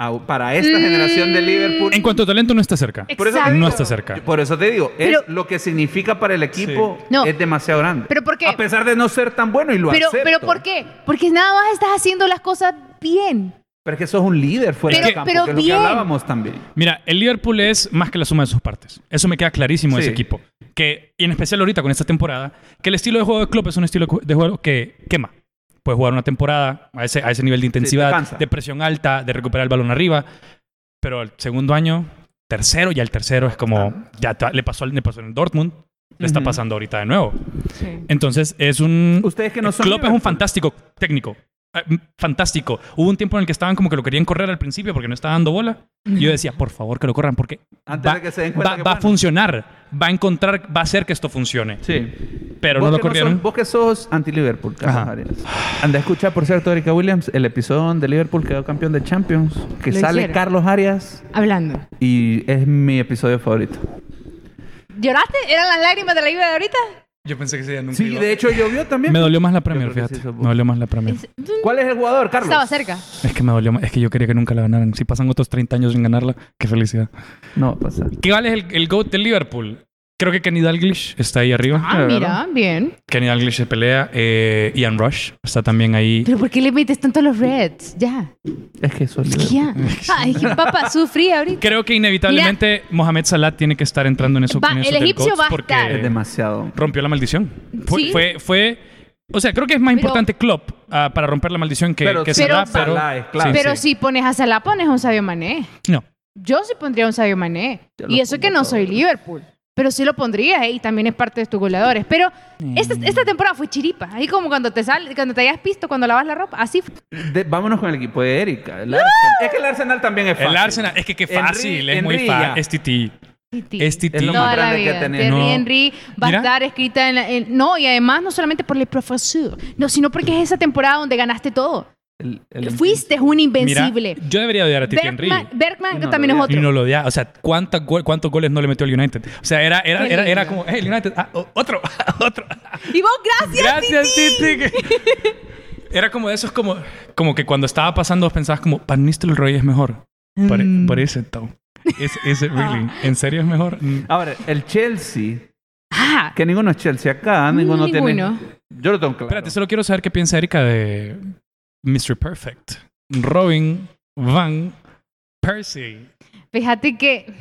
A: au- para esta generación de Liverpool.
B: En cuanto a talento no está cerca.
A: Por eso-
C: Mm. Exacto.
B: No está cerca.
A: Por eso te digo, es
C: Pero-
A: lo que significa para el equipo
C: No.
A: es demasiado grande.
C: Pero ¿por qué?
A: A pesar de no ser tan bueno y Ah, lo
C: Pero,
A: acepto.
C: pero ¿por qué? Porque nada más estás haciendo las cosas bien.
A: Pero es que sos un líder fuera
C: Pero-
A: del campo,
C: pero
A: que es lo que
C: bien.
A: hablábamos también.
B: Mira, el Liverpool es más que la suma de sus partes. Eso me queda clarísimo de
A: Sí.
B: ese equipo. Que, y en especial ahorita con esta temporada, que el estilo de juego de Klopp es un estilo de juego que quema. Puedes jugar una temporada a ese, a ese nivel de intensidad,
A: cansa.
B: de presión alta, de recuperar el balón arriba. Pero el segundo año, tercero, ya el tercero es como... Ya ta- le, pasó, al- le pasó en Dortmund, le está
A: Ujú.
B: pasando ahorita de nuevo.
C: Sí.
B: Entonces es un...
A: Ustedes que no son
B: Klopp es un
A: Liverpool.
B: fantástico técnico. Eh, m- Fantástico. Hubo un tiempo en el que estaban como que lo querían correr al principio porque no estaba dando bola. Y yo decía, por favor, que lo corran porque
A: Antes
B: va,
A: de que se den cuenta
B: va-
A: que
B: va a
A: bueno.
B: funcionar. Va a encontrar, va a hacer que esto funcione.
A: Sí.
B: pero
A: Vos
B: no lo
A: que sos-
B: corrieron.
A: vos que sos anti-Liverpool, Carlos
B: Ajá.
A: Arias. Anda a escuchar, por cierto, Erika Williams, el episodio de Liverpool quedó campeón de Champions, que
C: Lo
A: sale
C: hicieron.
A: Carlos Arias
C: Hablando.
A: y es mi episodio favorito.
C: ¿Lloraste? ¿Eran las lágrimas de la lluvia de ahorita?
B: Yo pensé que se nunca
A: Sí, de hecho llovió también.
B: Me dolió más la Premier,
A: Yo creo que
B: fíjate.
A: sí sos vos.
B: me dolió más la Premier. Es...
A: ¿Cuál es el jugador, Carlos?
C: Estaba cerca.
B: que me dolió más. Es que yo quería que nunca la ganaran. Si pasan otros 30 años sin ganarla, qué felicidad.
A: No va a pasar.
B: ¿Qué vale el, el GOAT del Liverpool? Creo que Kenny Dalglish está ahí arriba.
C: Ah,
A: Claro.
C: mira, bien.
B: Kenny Dalglish se pelea. eh, Ian Rush está también ahí.
C: ¿Pero por qué le metes tanto a los Reds? Ya.
A: Es que soy
C: Es que
A: Liverpool.
C: ya. Ay, que papá, sufrí ahorita.
B: Creo que inevitablemente Mohamed Salah tiene que estar entrando en eso.
C: Va,
B: en eso
C: el
B: del
C: egipcio
B: GOAT
C: va a
B: porque
A: Es
C: estar.
A: demasiado.
B: rompió la maldición. Fue,
C: Sí.
B: fue, fue- o sea, creo que es más
C: Pero-
B: importante Klopp ah, para romper la maldición que,
A: Pero
B: que
A: sí,
B: Salah,
A: pero-
B: pero,
A: Salah es clave.
B: sí,
C: Pero
B: sí.
C: si pones a Salah, pones a un Sabio Mané.
B: No.
C: Yo sí pondría a un Sabio Mané.
A: Yo lo
C: Y eso que
A: pongo
C: no
A: todo.
C: soy Liverpool. Pero sí lo pondría, ¿eh? y también es parte de tus goleadores. Pero esta, esta temporada fue chiripa. Ahí como cuando te sal, cuando te hayas pisto, cuando lavas la ropa. Así fue.
A: De- vámonos con el equipo de Erika. el Arsenal. Es que el Arsenal también es fácil.
B: El Arsenal, es que qué
A: Henry-
B: fácil, es muy
A: Henry
B: fácil.
A: ya.
B: Este- Es Titi. Es
A: Es
B: Titi.
A: lo
C: Toda
A: más
C: la
A: grande que
C: vida.
A: tenés.
C: Terry
B: No.
C: Henry va
B: Mira.
C: a estar escrita en, la- en- No, y además no solamente por el profesor, no, sino porque es esa temporada donde ganaste todo.
A: El- el-
C: Fuiste un
B: Mira,
C: invencible.
B: yo debería odiar a Titi Henry.
C: Bergman, Bergman
A: No,
C: también es
A: lo
B: Y
C: otro.
B: no lo odiaba. O sea, ¿cuántas gol- ¿cuántos goles no le metió al United? O sea, era, era,
C: Qué
B: era, era
C: lindo.
B: como, "Hey, el United, ah, o- otro, otro.
C: Y vos, gracias,
B: Gracias,
C: Titi.
B: Titi. Era como de esos, como, como que cuando estaba pasando, pensabas como, Pan Roy es mejor. Por e-,
C: Mm.
B: por ese Tom. Is, is it really? ¿En serio es mejor? Mm.
A: Ahora, el Chelsea,
C: Ah,
A: que ninguno es Chelsea acá, ninguno,
C: ninguno.
A: tiene. Yo lo tengo claro.
B: Espérate, solo quiero saber qué piensa Erika de Mr. Perfect. Robin Van Percy.
C: Fíjate que.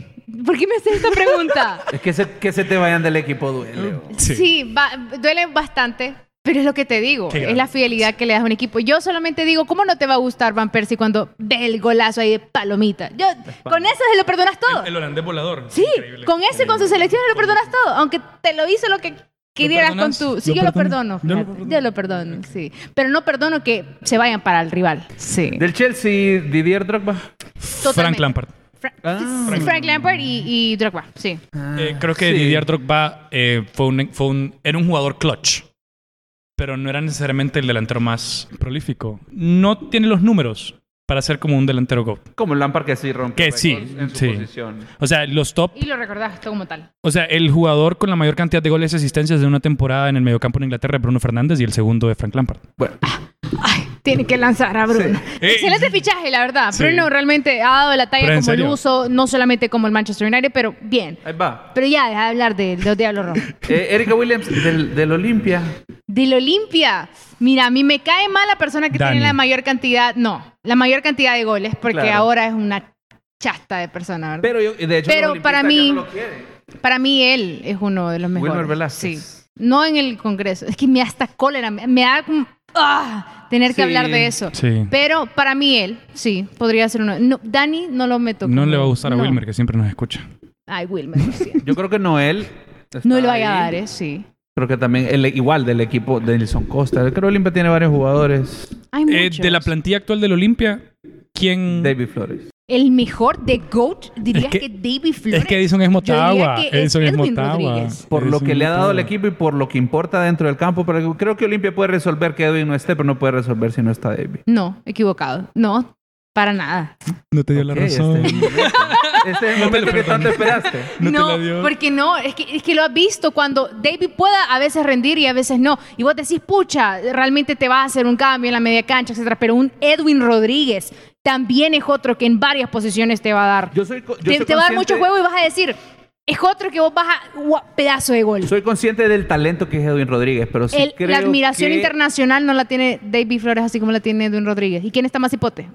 C: ¿Por qué me haces esta pregunta?
A: Es que se, que se te vayan del equipo duele. oh.
C: sí, va- duele bastante. Pero es lo que te digo,
B: Qué
C: es
B: grande.
C: la fidelidad que le das a un equipo. Yo solamente digo, ¿cómo no te va a gustar Van Persie cuando ve el golazo ahí de palomita? Yo, con eso se lo perdonas todo.
B: El, el holandés volador.
C: Sí,
B: Increíble.
C: con ese, con su selección, lo perdonas todo. Aunque te lo hizo lo que querías con
B: perdonas?
C: tu. Sí,
B: ¿Lo
C: yo lo
B: perdono?
C: perdono.
B: Yo lo
C: fíjate,
B: perdono.
C: Yo lo perdono, sí. Pero no perdono que se vayan para el rival. Sí.
A: Del Chelsea, Didier Drogba.
B: Frank
C: Totalmente.
B: Lampard.
C: Fra-
A: Ah.
C: sí, Frank Lampard y, y Drogba, sí.
B: Eh, creo que
A: Sí.
B: Didier Drogba eh, fue un, fue un- era un jugador clutch, pero no era necesariamente el delantero más prolífico. No tiene los números para ser como un delantero GOAT.
A: Como Lampard que sí rompe.
B: Que
A: récords
B: sí,
A: En su
B: sí.
A: posición.
B: O sea, los top,
C: Y lo recordás todo como tal.
B: o sea, el jugador con la mayor cantidad de goles y asistencias de una temporada en el mediocampo en Inglaterra es Bruno Fernández y el segundo es Frank Lampard.
A: Bueno,
C: Ay, tiene que lanzar a Bruno.
B: Eh,
C: Excelente fichaje, la verdad.
B: Sí.
C: Bruno realmente ha dado la
B: Pero
C: talla
B: en
C: como el
B: serio.
C: uso, no solamente como el Manchester United, pero bien.
A: ahí va.
C: Pero ya, deja de hablar de de los Diablos Rojos.
A: Eh, Erika Williams, del, del Olimpia.
C: Del Olimpia. Mira, a mí me cae mal la persona que
B: Dani.
C: tiene la mayor cantidad, no, la mayor cantidad de goles, porque
A: Claro.
C: ahora es una chasta de persona, ¿verdad?
A: Pero yo, de hecho,
C: Pero
A: los
C: para
A: olimpistas ya
C: mí-
A: no lo quieren.
C: Para mí él es uno de los mejores.
A: Wilmer Velázquez.
C: Sí. No en el Congreso. Es que me da hasta cólera, me, me da como... ¡Ah! Tener
A: Sí.
C: que hablar de eso.
B: Sí.
C: Pero para mí él, sí, podría ser uno. No, Dani no lo meto.
B: No
C: como-
B: le va a gustar a
C: no.
B: Wilmer, que siempre nos escucha.
C: Ay, Wilmer. lo siento.
A: Yo creo que Noel. está
C: no le vaya a
A: ahí.
C: dar, ¿eh? Sí.
A: Creo que también, el, e-, igual del equipo de Nilson Costa. Creo que Olimpia tiene varios jugadores.
C: Hay
B: Eh,
C: muchos.
B: de la plantilla actual del Olimpia, ¿quién?
A: David Flores.
C: El mejor de GOAT, dirías
B: Es que-
C: que, David Flores.
B: Es que Edison es Motagua.
C: que es
B: Edison es
C: Edwin
B: Motagua.
C: Rodríguez.
A: Por lo
B: Edison
A: que
B: es
A: le ha dado el
B: Motagua.
A: equipo y por lo que importa dentro del campo. Pero creo que Olimpia puede resolver que Edwin no esté, pero no puede resolver si no está David.
C: No, equivocado. No, para nada.
B: No te dio la
A: Ok,
B: razón.
A: Este es el momento, Este es el momento que tanto esperaste.
B: No
C: No,
B: te la dio.
C: porque no, es que, es que lo has visto cuando David pueda a veces rendir y a veces no. Y vos decís, pucha, realmente te va a hacer un cambio en la media cancha, etcétera. Pero un Edwin Rodríguez también es otro que en varias posiciones te va a dar.
A: Yo soy, co- yo
C: te,
A: soy
C: te va a dar
A: consciente-
C: mucho juego y vas a decir, es otro que vos vas a. ¡guau! pedazo de gol.
A: Soy consciente del talento que es Edwin Rodríguez, pero Pues sí
C: El-
A: creo
C: la admiración
A: que-
C: internacional no la tiene David Flores así como la tiene Edwin Rodríguez. ¿Y quién está más hipote?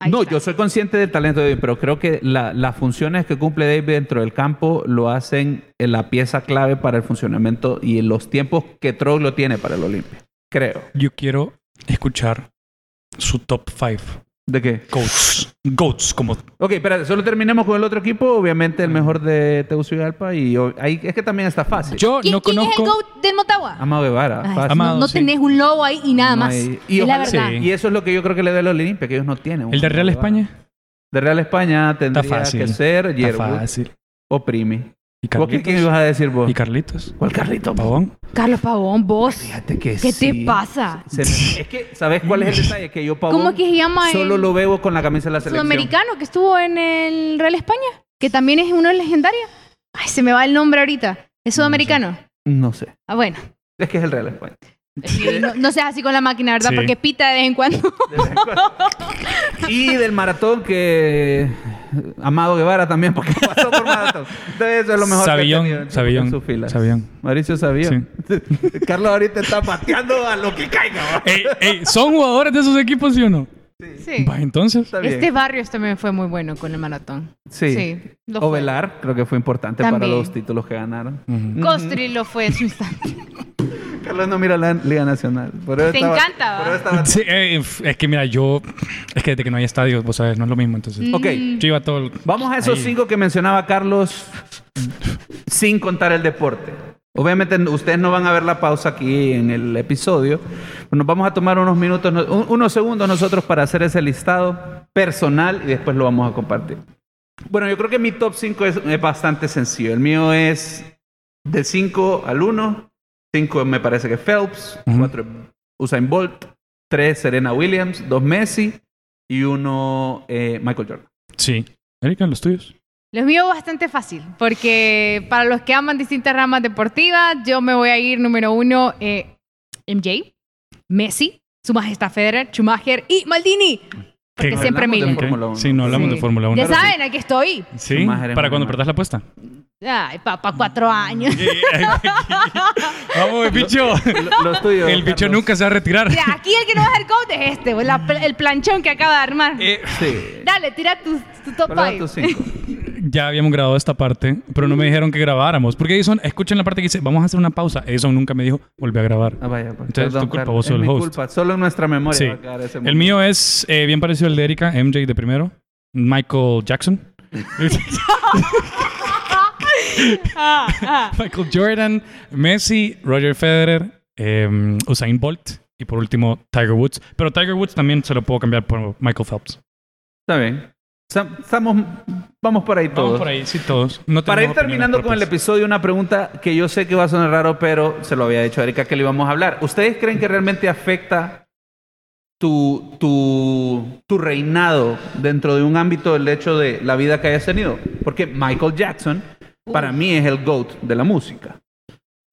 C: Ahí
A: No,
C: está.
A: yo soy consciente del talento de Edwin, pero creo que la- las funciones que cumple David dentro del campo lo hacen en la pieza clave para el funcionamiento y en los tiempos que Troglio tiene para el Olimpia. Creo.
B: Yo quiero escuchar su top 5
A: ¿De qué?
B: goats. Goats, como
A: Ok, espérate, solo terminemos con el otro equipo. Obviamente el mejor de Tegucigalpa y o- ahí es que también está fácil.
B: yo
C: ¿Quién,
B: no
C: quién es el
B: conozco.
C: GOAT del Motagua?
A: Amado Guevara.
C: Ay,
A: fácil.
B: Amado,
C: no, no
B: sí.
C: tenés un lobo ahí y nada
A: No
C: más.
A: hay- y
C: Es la
A: ojalá-
C: verdad.
B: Sí.
A: Y eso es lo que yo creo que le da al Olimpia, que ellos no tienen. un
B: El de Real
A: Amado Guevara.
B: España
A: De Real España tendría
B: fácil.
A: que ser
B: está
A: Yerwood
B: fácil.
A: o Primi.
B: ¿Y
A: ¿Vos qué, qué
B: Carlitos?
A: ibas a decir vos?
B: ¿Y Carlitos?
A: ¿Cuál Carlito?
B: ¿Pavón?
C: Carlos Pavón, vos.
A: Fíjate que
C: ¿Qué
A: sí.
C: te pasa?
A: Se me- es que, ¿sabes cuál es el detalle? Que yo, Pavón,
C: ¿Cómo es que se llama
A: solo
C: el-
A: lo veo con la camisa de la selección.
C: Sudamericano que estuvo en el Real España, que también es uno legendario. Ay, se me va el nombre ahorita. Es sudamericano.
A: No sé.
C: Ah, bueno.
A: Es que es el Real España.
C: No, no seas así con la máquina, ¿verdad?
B: Sí.
C: Porque pita de vez en cuando.
A: De vez en cuando. y del maratón que... Amado Guevara también, porque pasó por maratón. Entonces eso es lo mejor
B: Sabillón,
A: que ha tenido en su-
B: Sabillón,
A: en sus filas.
B: Sabillón.
A: Mauricio Sabillón. Carlos ahorita está pateando a lo que caiga. ¿va?
B: Ey, ey, ¿Son jugadores de esos equipos, sí o no?
C: Sí.
B: Va, Pues, entonces.
A: Está bien.
C: Este Barrios también fue muy bueno con el maratón.
A: Sí.
C: sí, lo fue.
A: Ovelar creo que fue importante para
C: También.
A: los títulos que ganaron.
C: Costri lo fue en su instante.
A: Carlos no mira la Liga Nacional. Por eso
C: Te
A: estaba-
C: encanta, ¿va?
A: por eso estaba-
B: Sí, eh, f- es que mira, yo. Es que desde que no hay estadios, vos sabes, no es lo mismo. Entonces,
A: Ok,
C: Mm.
B: yo iba todo. el-
A: vamos a esos
B: Ahí.
A: cinco que mencionaba Carlos sin contar el deporte. Obviamente n- ustedes no van a ver la pausa aquí en el episodio. Nos vamos a tomar unos minutos, no- un- unos segundos nosotros para hacer ese listado personal y después lo vamos a compartir. Bueno, yo creo que mi top 5 es, es bastante sencillo. El mío es de 5 al 1. 5 me parece que Phelps,
B: Ujú.
A: 4 Usain Bolt, 3 Serena Williams, 2 Messi y 1 Michael Jordan.
B: Sí. Erika, los tuyos.
C: Los míos bastante fácil, porque para los que aman distintas ramas deportivas, yo me voy a ir número uno, eh, MJ, Messi, Su Majestad Federer, Schumacher y Maldini. Porque
B: Que
C: siempre
A: hablamos de
C: Miller.
A: Fórmula
B: Ok.
A: uno.
B: Sí, no hablamos
C: Sí.
B: de Fórmula 1.
C: Ya saben, aquí estoy.
B: Sí,
A: Schumacher es
B: para
A: muy
B: cuando
A: bueno.
B: perdás la apuesta.
C: Ay, papá, cuatro años.
B: Vamos, bicho.
A: Lo- Los tuyos.
B: El bicho
A: Carlos.
B: nunca se va a retirar.
C: Mira, aquí el que no va a hacer coach es este, o la pl- el planchón que acaba de armar.
B: Eh,
A: Sí.
C: Dale, tira tu, tu top
A: ¿Cuál era
C: five.
A: tu cinco?
B: ya habíamos grabado esta parte, pero no me dijeron que grabáramos. Porque Edison, escuchen la parte que dice, vamos a hacer una pausa. Edison nunca me dijo, volví a grabar.
A: Ah, vaya, pues,
B: Entonces,
A: perdón,
B: tu culpa,
A: Carlos.
B: vos sos
A: Es
B: el
A: mi
B: host.
A: culpa. Solo en nuestra memoria
B: Sí.
A: va a quedar ese
B: El
A: momento.
B: mío es eh, bien parecido al de Erika, MJ de primero, Michael Jackson.
C: Ah, ah.
B: Michael Jordan, Messi, Roger Federer, eh, Usain Bolt y por último Tiger Woods. Pero Tiger Woods también se lo puedo cambiar por Michael Phelps.
A: Está bien. Sam- Estamos, vamos por ahí todos.
B: Vamos por ahí, sí, todos. No
A: Para ir
B: tenemos
A: terminando con el
B: opiniones
A: episodio, una pregunta que yo sé que va a sonar raro, pero se lo había dicho a Erika que le íbamos a hablar. ¿Ustedes creen que realmente afecta tu, tu, tu reinado dentro de un ámbito del hecho de la vida que hayas tenido? Porque Michael Jackson para mí es el GOAT de la música.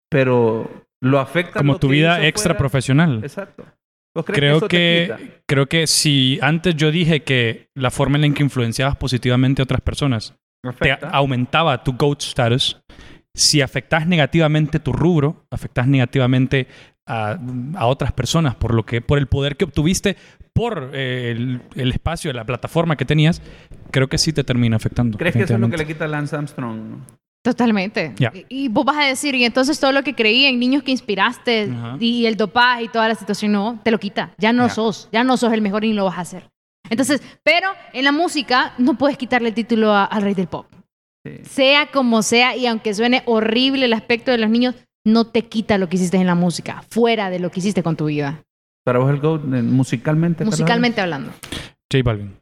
A: Pero lo afecta.
B: propias. Como
A: lo
B: tu
A: que
B: vida
A: hizo
B: extra
A: fuera-
B: profesional.
A: Exacto. ¿Vos crees
B: Creo
A: eso te quita?
B: que, creo que si antes yo dije que la forma en la que influenciabas positivamente a otras personas te
A: Afecta.
B: aumentaba tu GOAT status, si afectas negativamente tu rubro, afectas negativamente a, a otras personas por, lo que, por el poder que obtuviste, por eh, el, el espacio, la plataforma que tenías, creo que sí te termina afectando.
A: ¿Crees que eso es lo que le
B: definitivamente.
A: quita a Lance Armstrong?
C: Totalmente.
B: Ya.
C: Y- Y vos vas a decir, y entonces todo lo que creí en niños que inspiraste
B: Ajá.
C: y el dopaje y toda la situación, no, te lo quita. Ya no
B: Ya.
C: sos, ya no sos el mejor y no lo vas a hacer. Entonces, pero en la música no puedes quitarle el título a- al rey del pop.
A: Sí.
C: Sea como sea, y aunque suene horrible el aspecto de los niños, no te quita lo que hiciste en la música, fuera de lo que hiciste con tu vida,
A: Para vos el GOAT eh, musicalmente. tal vez?
C: musicalmente hablando.
B: J Balvin.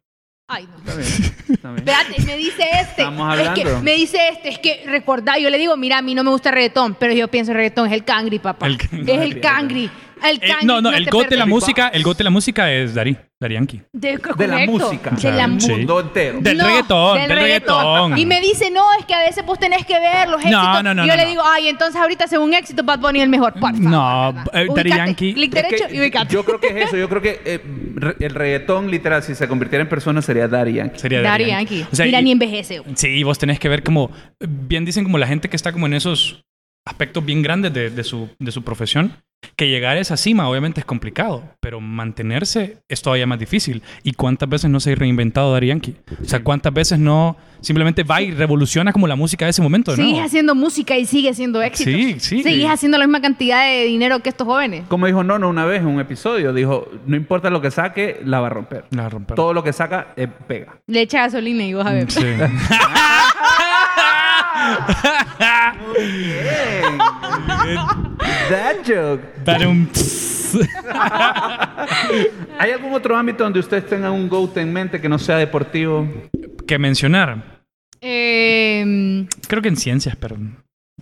C: Ay, no.
A: Está bien, está bien.
C: Espérate, me dice este.
A: Estamos
C: Es que
A: hablando.
C: me dice este, es que recordá, yo le digo, mira, a mí no me gusta el reggaetón, pero yo pienso el reggaetón es el cangri, papá.
B: El
C: es
B: cangri.
C: el cangri. El
B: Eh,
C: cangri.
B: no, no, el
C: te
B: GOAT de la
C: perdés.
B: música, el GOAT de la música es Dari, Darianki.
C: De,
A: De la
C: correcto.
A: música.
C: De la
B: Sí.
C: música.
A: mundo entero.
B: Del reggaetón, del reggaetón.
C: Y me dice, no, es que a veces vos tenés que ver los
B: No,
C: éxitos.
B: no, no,
C: Y yo
B: no,
C: le
B: no.
C: digo, ay, entonces ahorita según éxito Bad Bunny es el mejor. Por favor,
B: No,
C: ¿verdad?
B: eh, Daddy
C: Ubicate,
B: Yankee-
C: Clic
A: Es que
C: derecho y ubicate.
A: yo creo que es eso. Yo creo que eh, re- el reggaetón, literal, si se convirtiera en persona, sería Daddy Yankee.
B: Sería
C: Daddy
B: Dari
C: Yankee. mira, ni envejece.
B: Sí, vos tenés que ver como, bien dicen como la gente que está como en esos aspectos bien grandes de, de su, de su profesión, que llegar a esa cima obviamente es complicado, pero mantenerse es todavía más difícil. ¿Y cuántas veces no se ha reinventado Daddy Yankee? O sea, ¿cuántas veces no simplemente va y revoluciona como la música de ese momento? de
C: Sigues
B: nuevo?
C: haciendo música y sigue siendo éxito.
B: Sí, sí.
C: Seguís haciendo la misma cantidad de dinero que estos jóvenes.
A: Como dijo Nono una vez en un episodio, dijo, no importa lo que saque, la va a romper.
B: La va a romper. Mm,
A: Todo lo que saca, eh, pega.
C: Le echa gasolina y vos a ver.
B: Sí.
A: That joke.
B: Dar un tss.
A: ¿Hay algún otro ámbito donde ustedes tengan un GOAT en mente que no sea deportivo?
B: que mencionar.
C: Eh,
B: Creo que en ciencias, pero.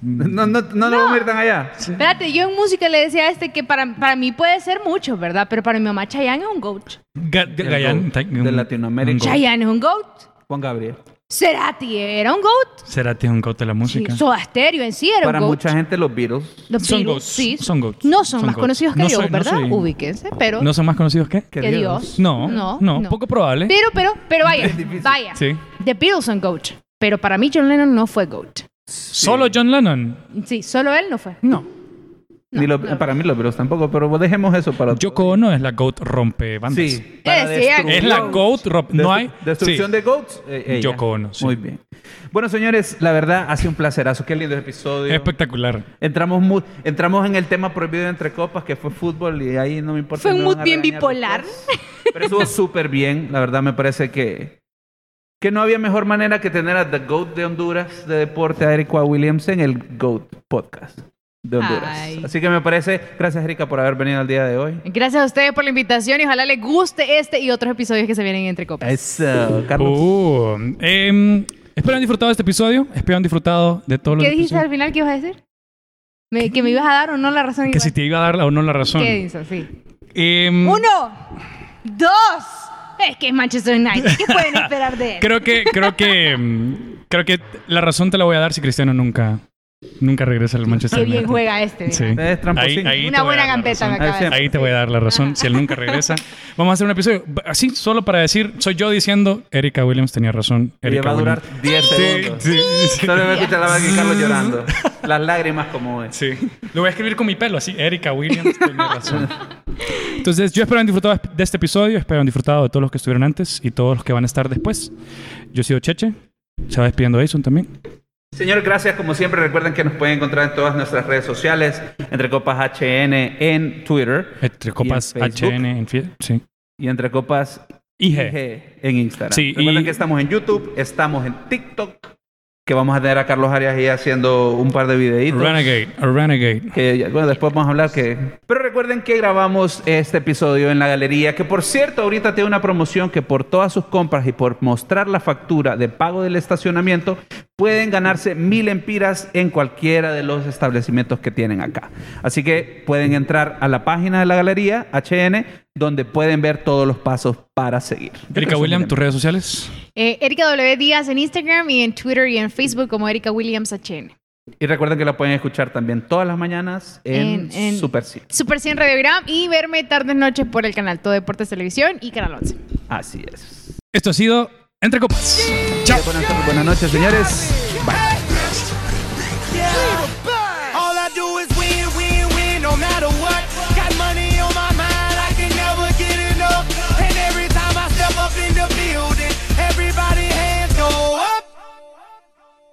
A: No, no, no, no vamos a ir tan allá.
C: espérate, yo en música le decía a este que para, para mí puede ser mucho, ¿verdad? Pero para mi mamá Chayanne es un goat.
B: Ga- Ga-
A: El
B: Gayan-
A: GOAT
B: ta-
A: de Latinoamérica.
B: un GOAT.
C: Chayanne es un goat.
A: Juan Gabriel.
C: Cerati era un goat.
B: Cerati es un goat de la
C: Sí,
B: música.
C: Soda Stereo en sí era
A: Para
C: un goat.
A: mucha gente los virus
C: Los
B: Son
C: Beatles,
B: goats,
C: sí.
B: son goats,
C: No son,
B: son
C: más
B: goats.
C: conocidos que
B: No
C: Dios,
B: soy- no
C: ¿verdad?
B: soy-
C: Ubíquense, pero
B: ¿No son más conocidos que.
C: que Dios.
B: No, no, poco probable.
C: Pero, pero, pero vaya,
A: difícil.
C: vaya.
B: Sí.
C: The Beatles son goat. Pero para mí John Lennon no fue goat.
B: Solo John Lennon.
C: Sí, solo él no fue.
B: No.
A: Ni los- Para mí los virus tampoco, pero dejemos eso para otro.
B: Yoko Ono es la goat rompe bandas.
A: Sí. para
C: Eh, sí,
A: destruir-
B: Es la goat rompe.
A: Destru-
B: No hay.
A: Destrucción
B: sí.
A: de GOATs. eh, ella.
B: Yoko Ono, sí.
A: Muy bien. Bueno, señores, la verdad ha sido un placerazo. Qué lindo episodio.
B: Espectacular.
A: entramos, mu- entramos en el tema prohibido entre copas, que fue fútbol, y ahí no me importa.
C: Fue un
A: me van
C: mood
A: a
C: bien
A: regañar
C: bipolar.
A: después. Pero estuvo súper bien. La verdad me parece que, que no había mejor manera que tener a The GOAT de Honduras de deporte, a Erika Williams, en el GOAT podcast de Honduras.
C: Ay.
A: Así que me parece, gracias Erika por haber venido al día de hoy.
C: Gracias a ustedes por la invitación y ojalá les guste este y otros episodios que se vienen entre copas.
A: Eso, Carlos.
B: Uh, em, espero han disfrutado de este episodio. Espero han disfrutado de todos los
C: ¿Qué dijiste al
B: episodios.
C: final que ibas a decir? Me- ¿Que me ibas a dar o no la razón?
B: Que
C: igual.
B: si te iba a dar o no la razón.
C: ¿Qué dices? Sí.
B: Em,
C: Uno, dos. Es que es Manchester United. ¿Qué pueden esperar de él?
B: Creo que, creo que, em, creo que la razón te la voy a dar si Cristiano nunca, nunca regresa al Manchester
C: Qué bien
B: United.
C: juega este.
B: Sí.
C: ¿verdad?
A: Es
B: Ahí-
A: tramposín.
B: ahí te
C: Una
B: voy a
C: buena
B: dar la
C: gambeta me
B: razón.
A: acaba de
B: Ahí te voy a dar la razón. Si él nunca regresa, vamos a hacer un episodio así, solo para decir, soy yo diciendo, Erika Williams tenía razón.
A: Y
B: Erika
A: va a durar
B: Williams".
A: 10 segundos.
B: Sí, sí,
A: Solo me escucha la voz de Carlos llorando. Las lágrimas como es.
B: sí. Lo voy a escribir con mi pelo, así, Erika Williams tenía razón. Entonces, yo espero han disfrutado de este episodio, espero han disfrutado de todos los que estuvieron antes y todos los que van a estar después. Yo he sido Cheche, se va despidiendo Jason también.
A: Señor, gracias. Como siempre, recuerden que nos pueden encontrar en todas nuestras redes sociales, entre copas HN en Twitter
B: Entre Eh, copas
A: ¿Y en Facebook?
B: HN en fie- sí.
A: y entre copas
B: IG.
A: IG en Instagram.
B: Sí,
A: recuerden
B: y-
A: que estamos en YouTube, estamos en TikTok, que vamos a tener a Carlos Arias ahí haciendo un par de videitos.
B: Renegade, a Renegade.
A: Que, ya- bueno, después vamos a hablar que... Pero recuerden que grabamos este episodio en la galería, que por cierto, ahorita tiene una promoción que por todas sus compras y por mostrar la factura de pago del estacionamiento, pueden ganarse mil empiras en cualquiera de los establecimientos que tienen acá. Así que pueden entrar a la página de la galería, HN, donde pueden ver todos los pasos para seguir. Yo creo que
B: Erika
A: eso
B: Williams,
A: es
B: tus redes sociales.
C: Eh, Erika W. Díaz en Instagram y en Twitter y en Facebook como Erika Williams HN.
A: Y recuerden que la pueden escuchar también todas las mañanas en,
C: En- en-
A: Super 100.
C: Super 100 Radiogram y verme tardes noches por el canal Todo Deportes Televisión y Canal 11.
A: Así es.
B: Esto ha sido Entre Copas. Chao.
A: Buenas, buenas noches, señores. Bye.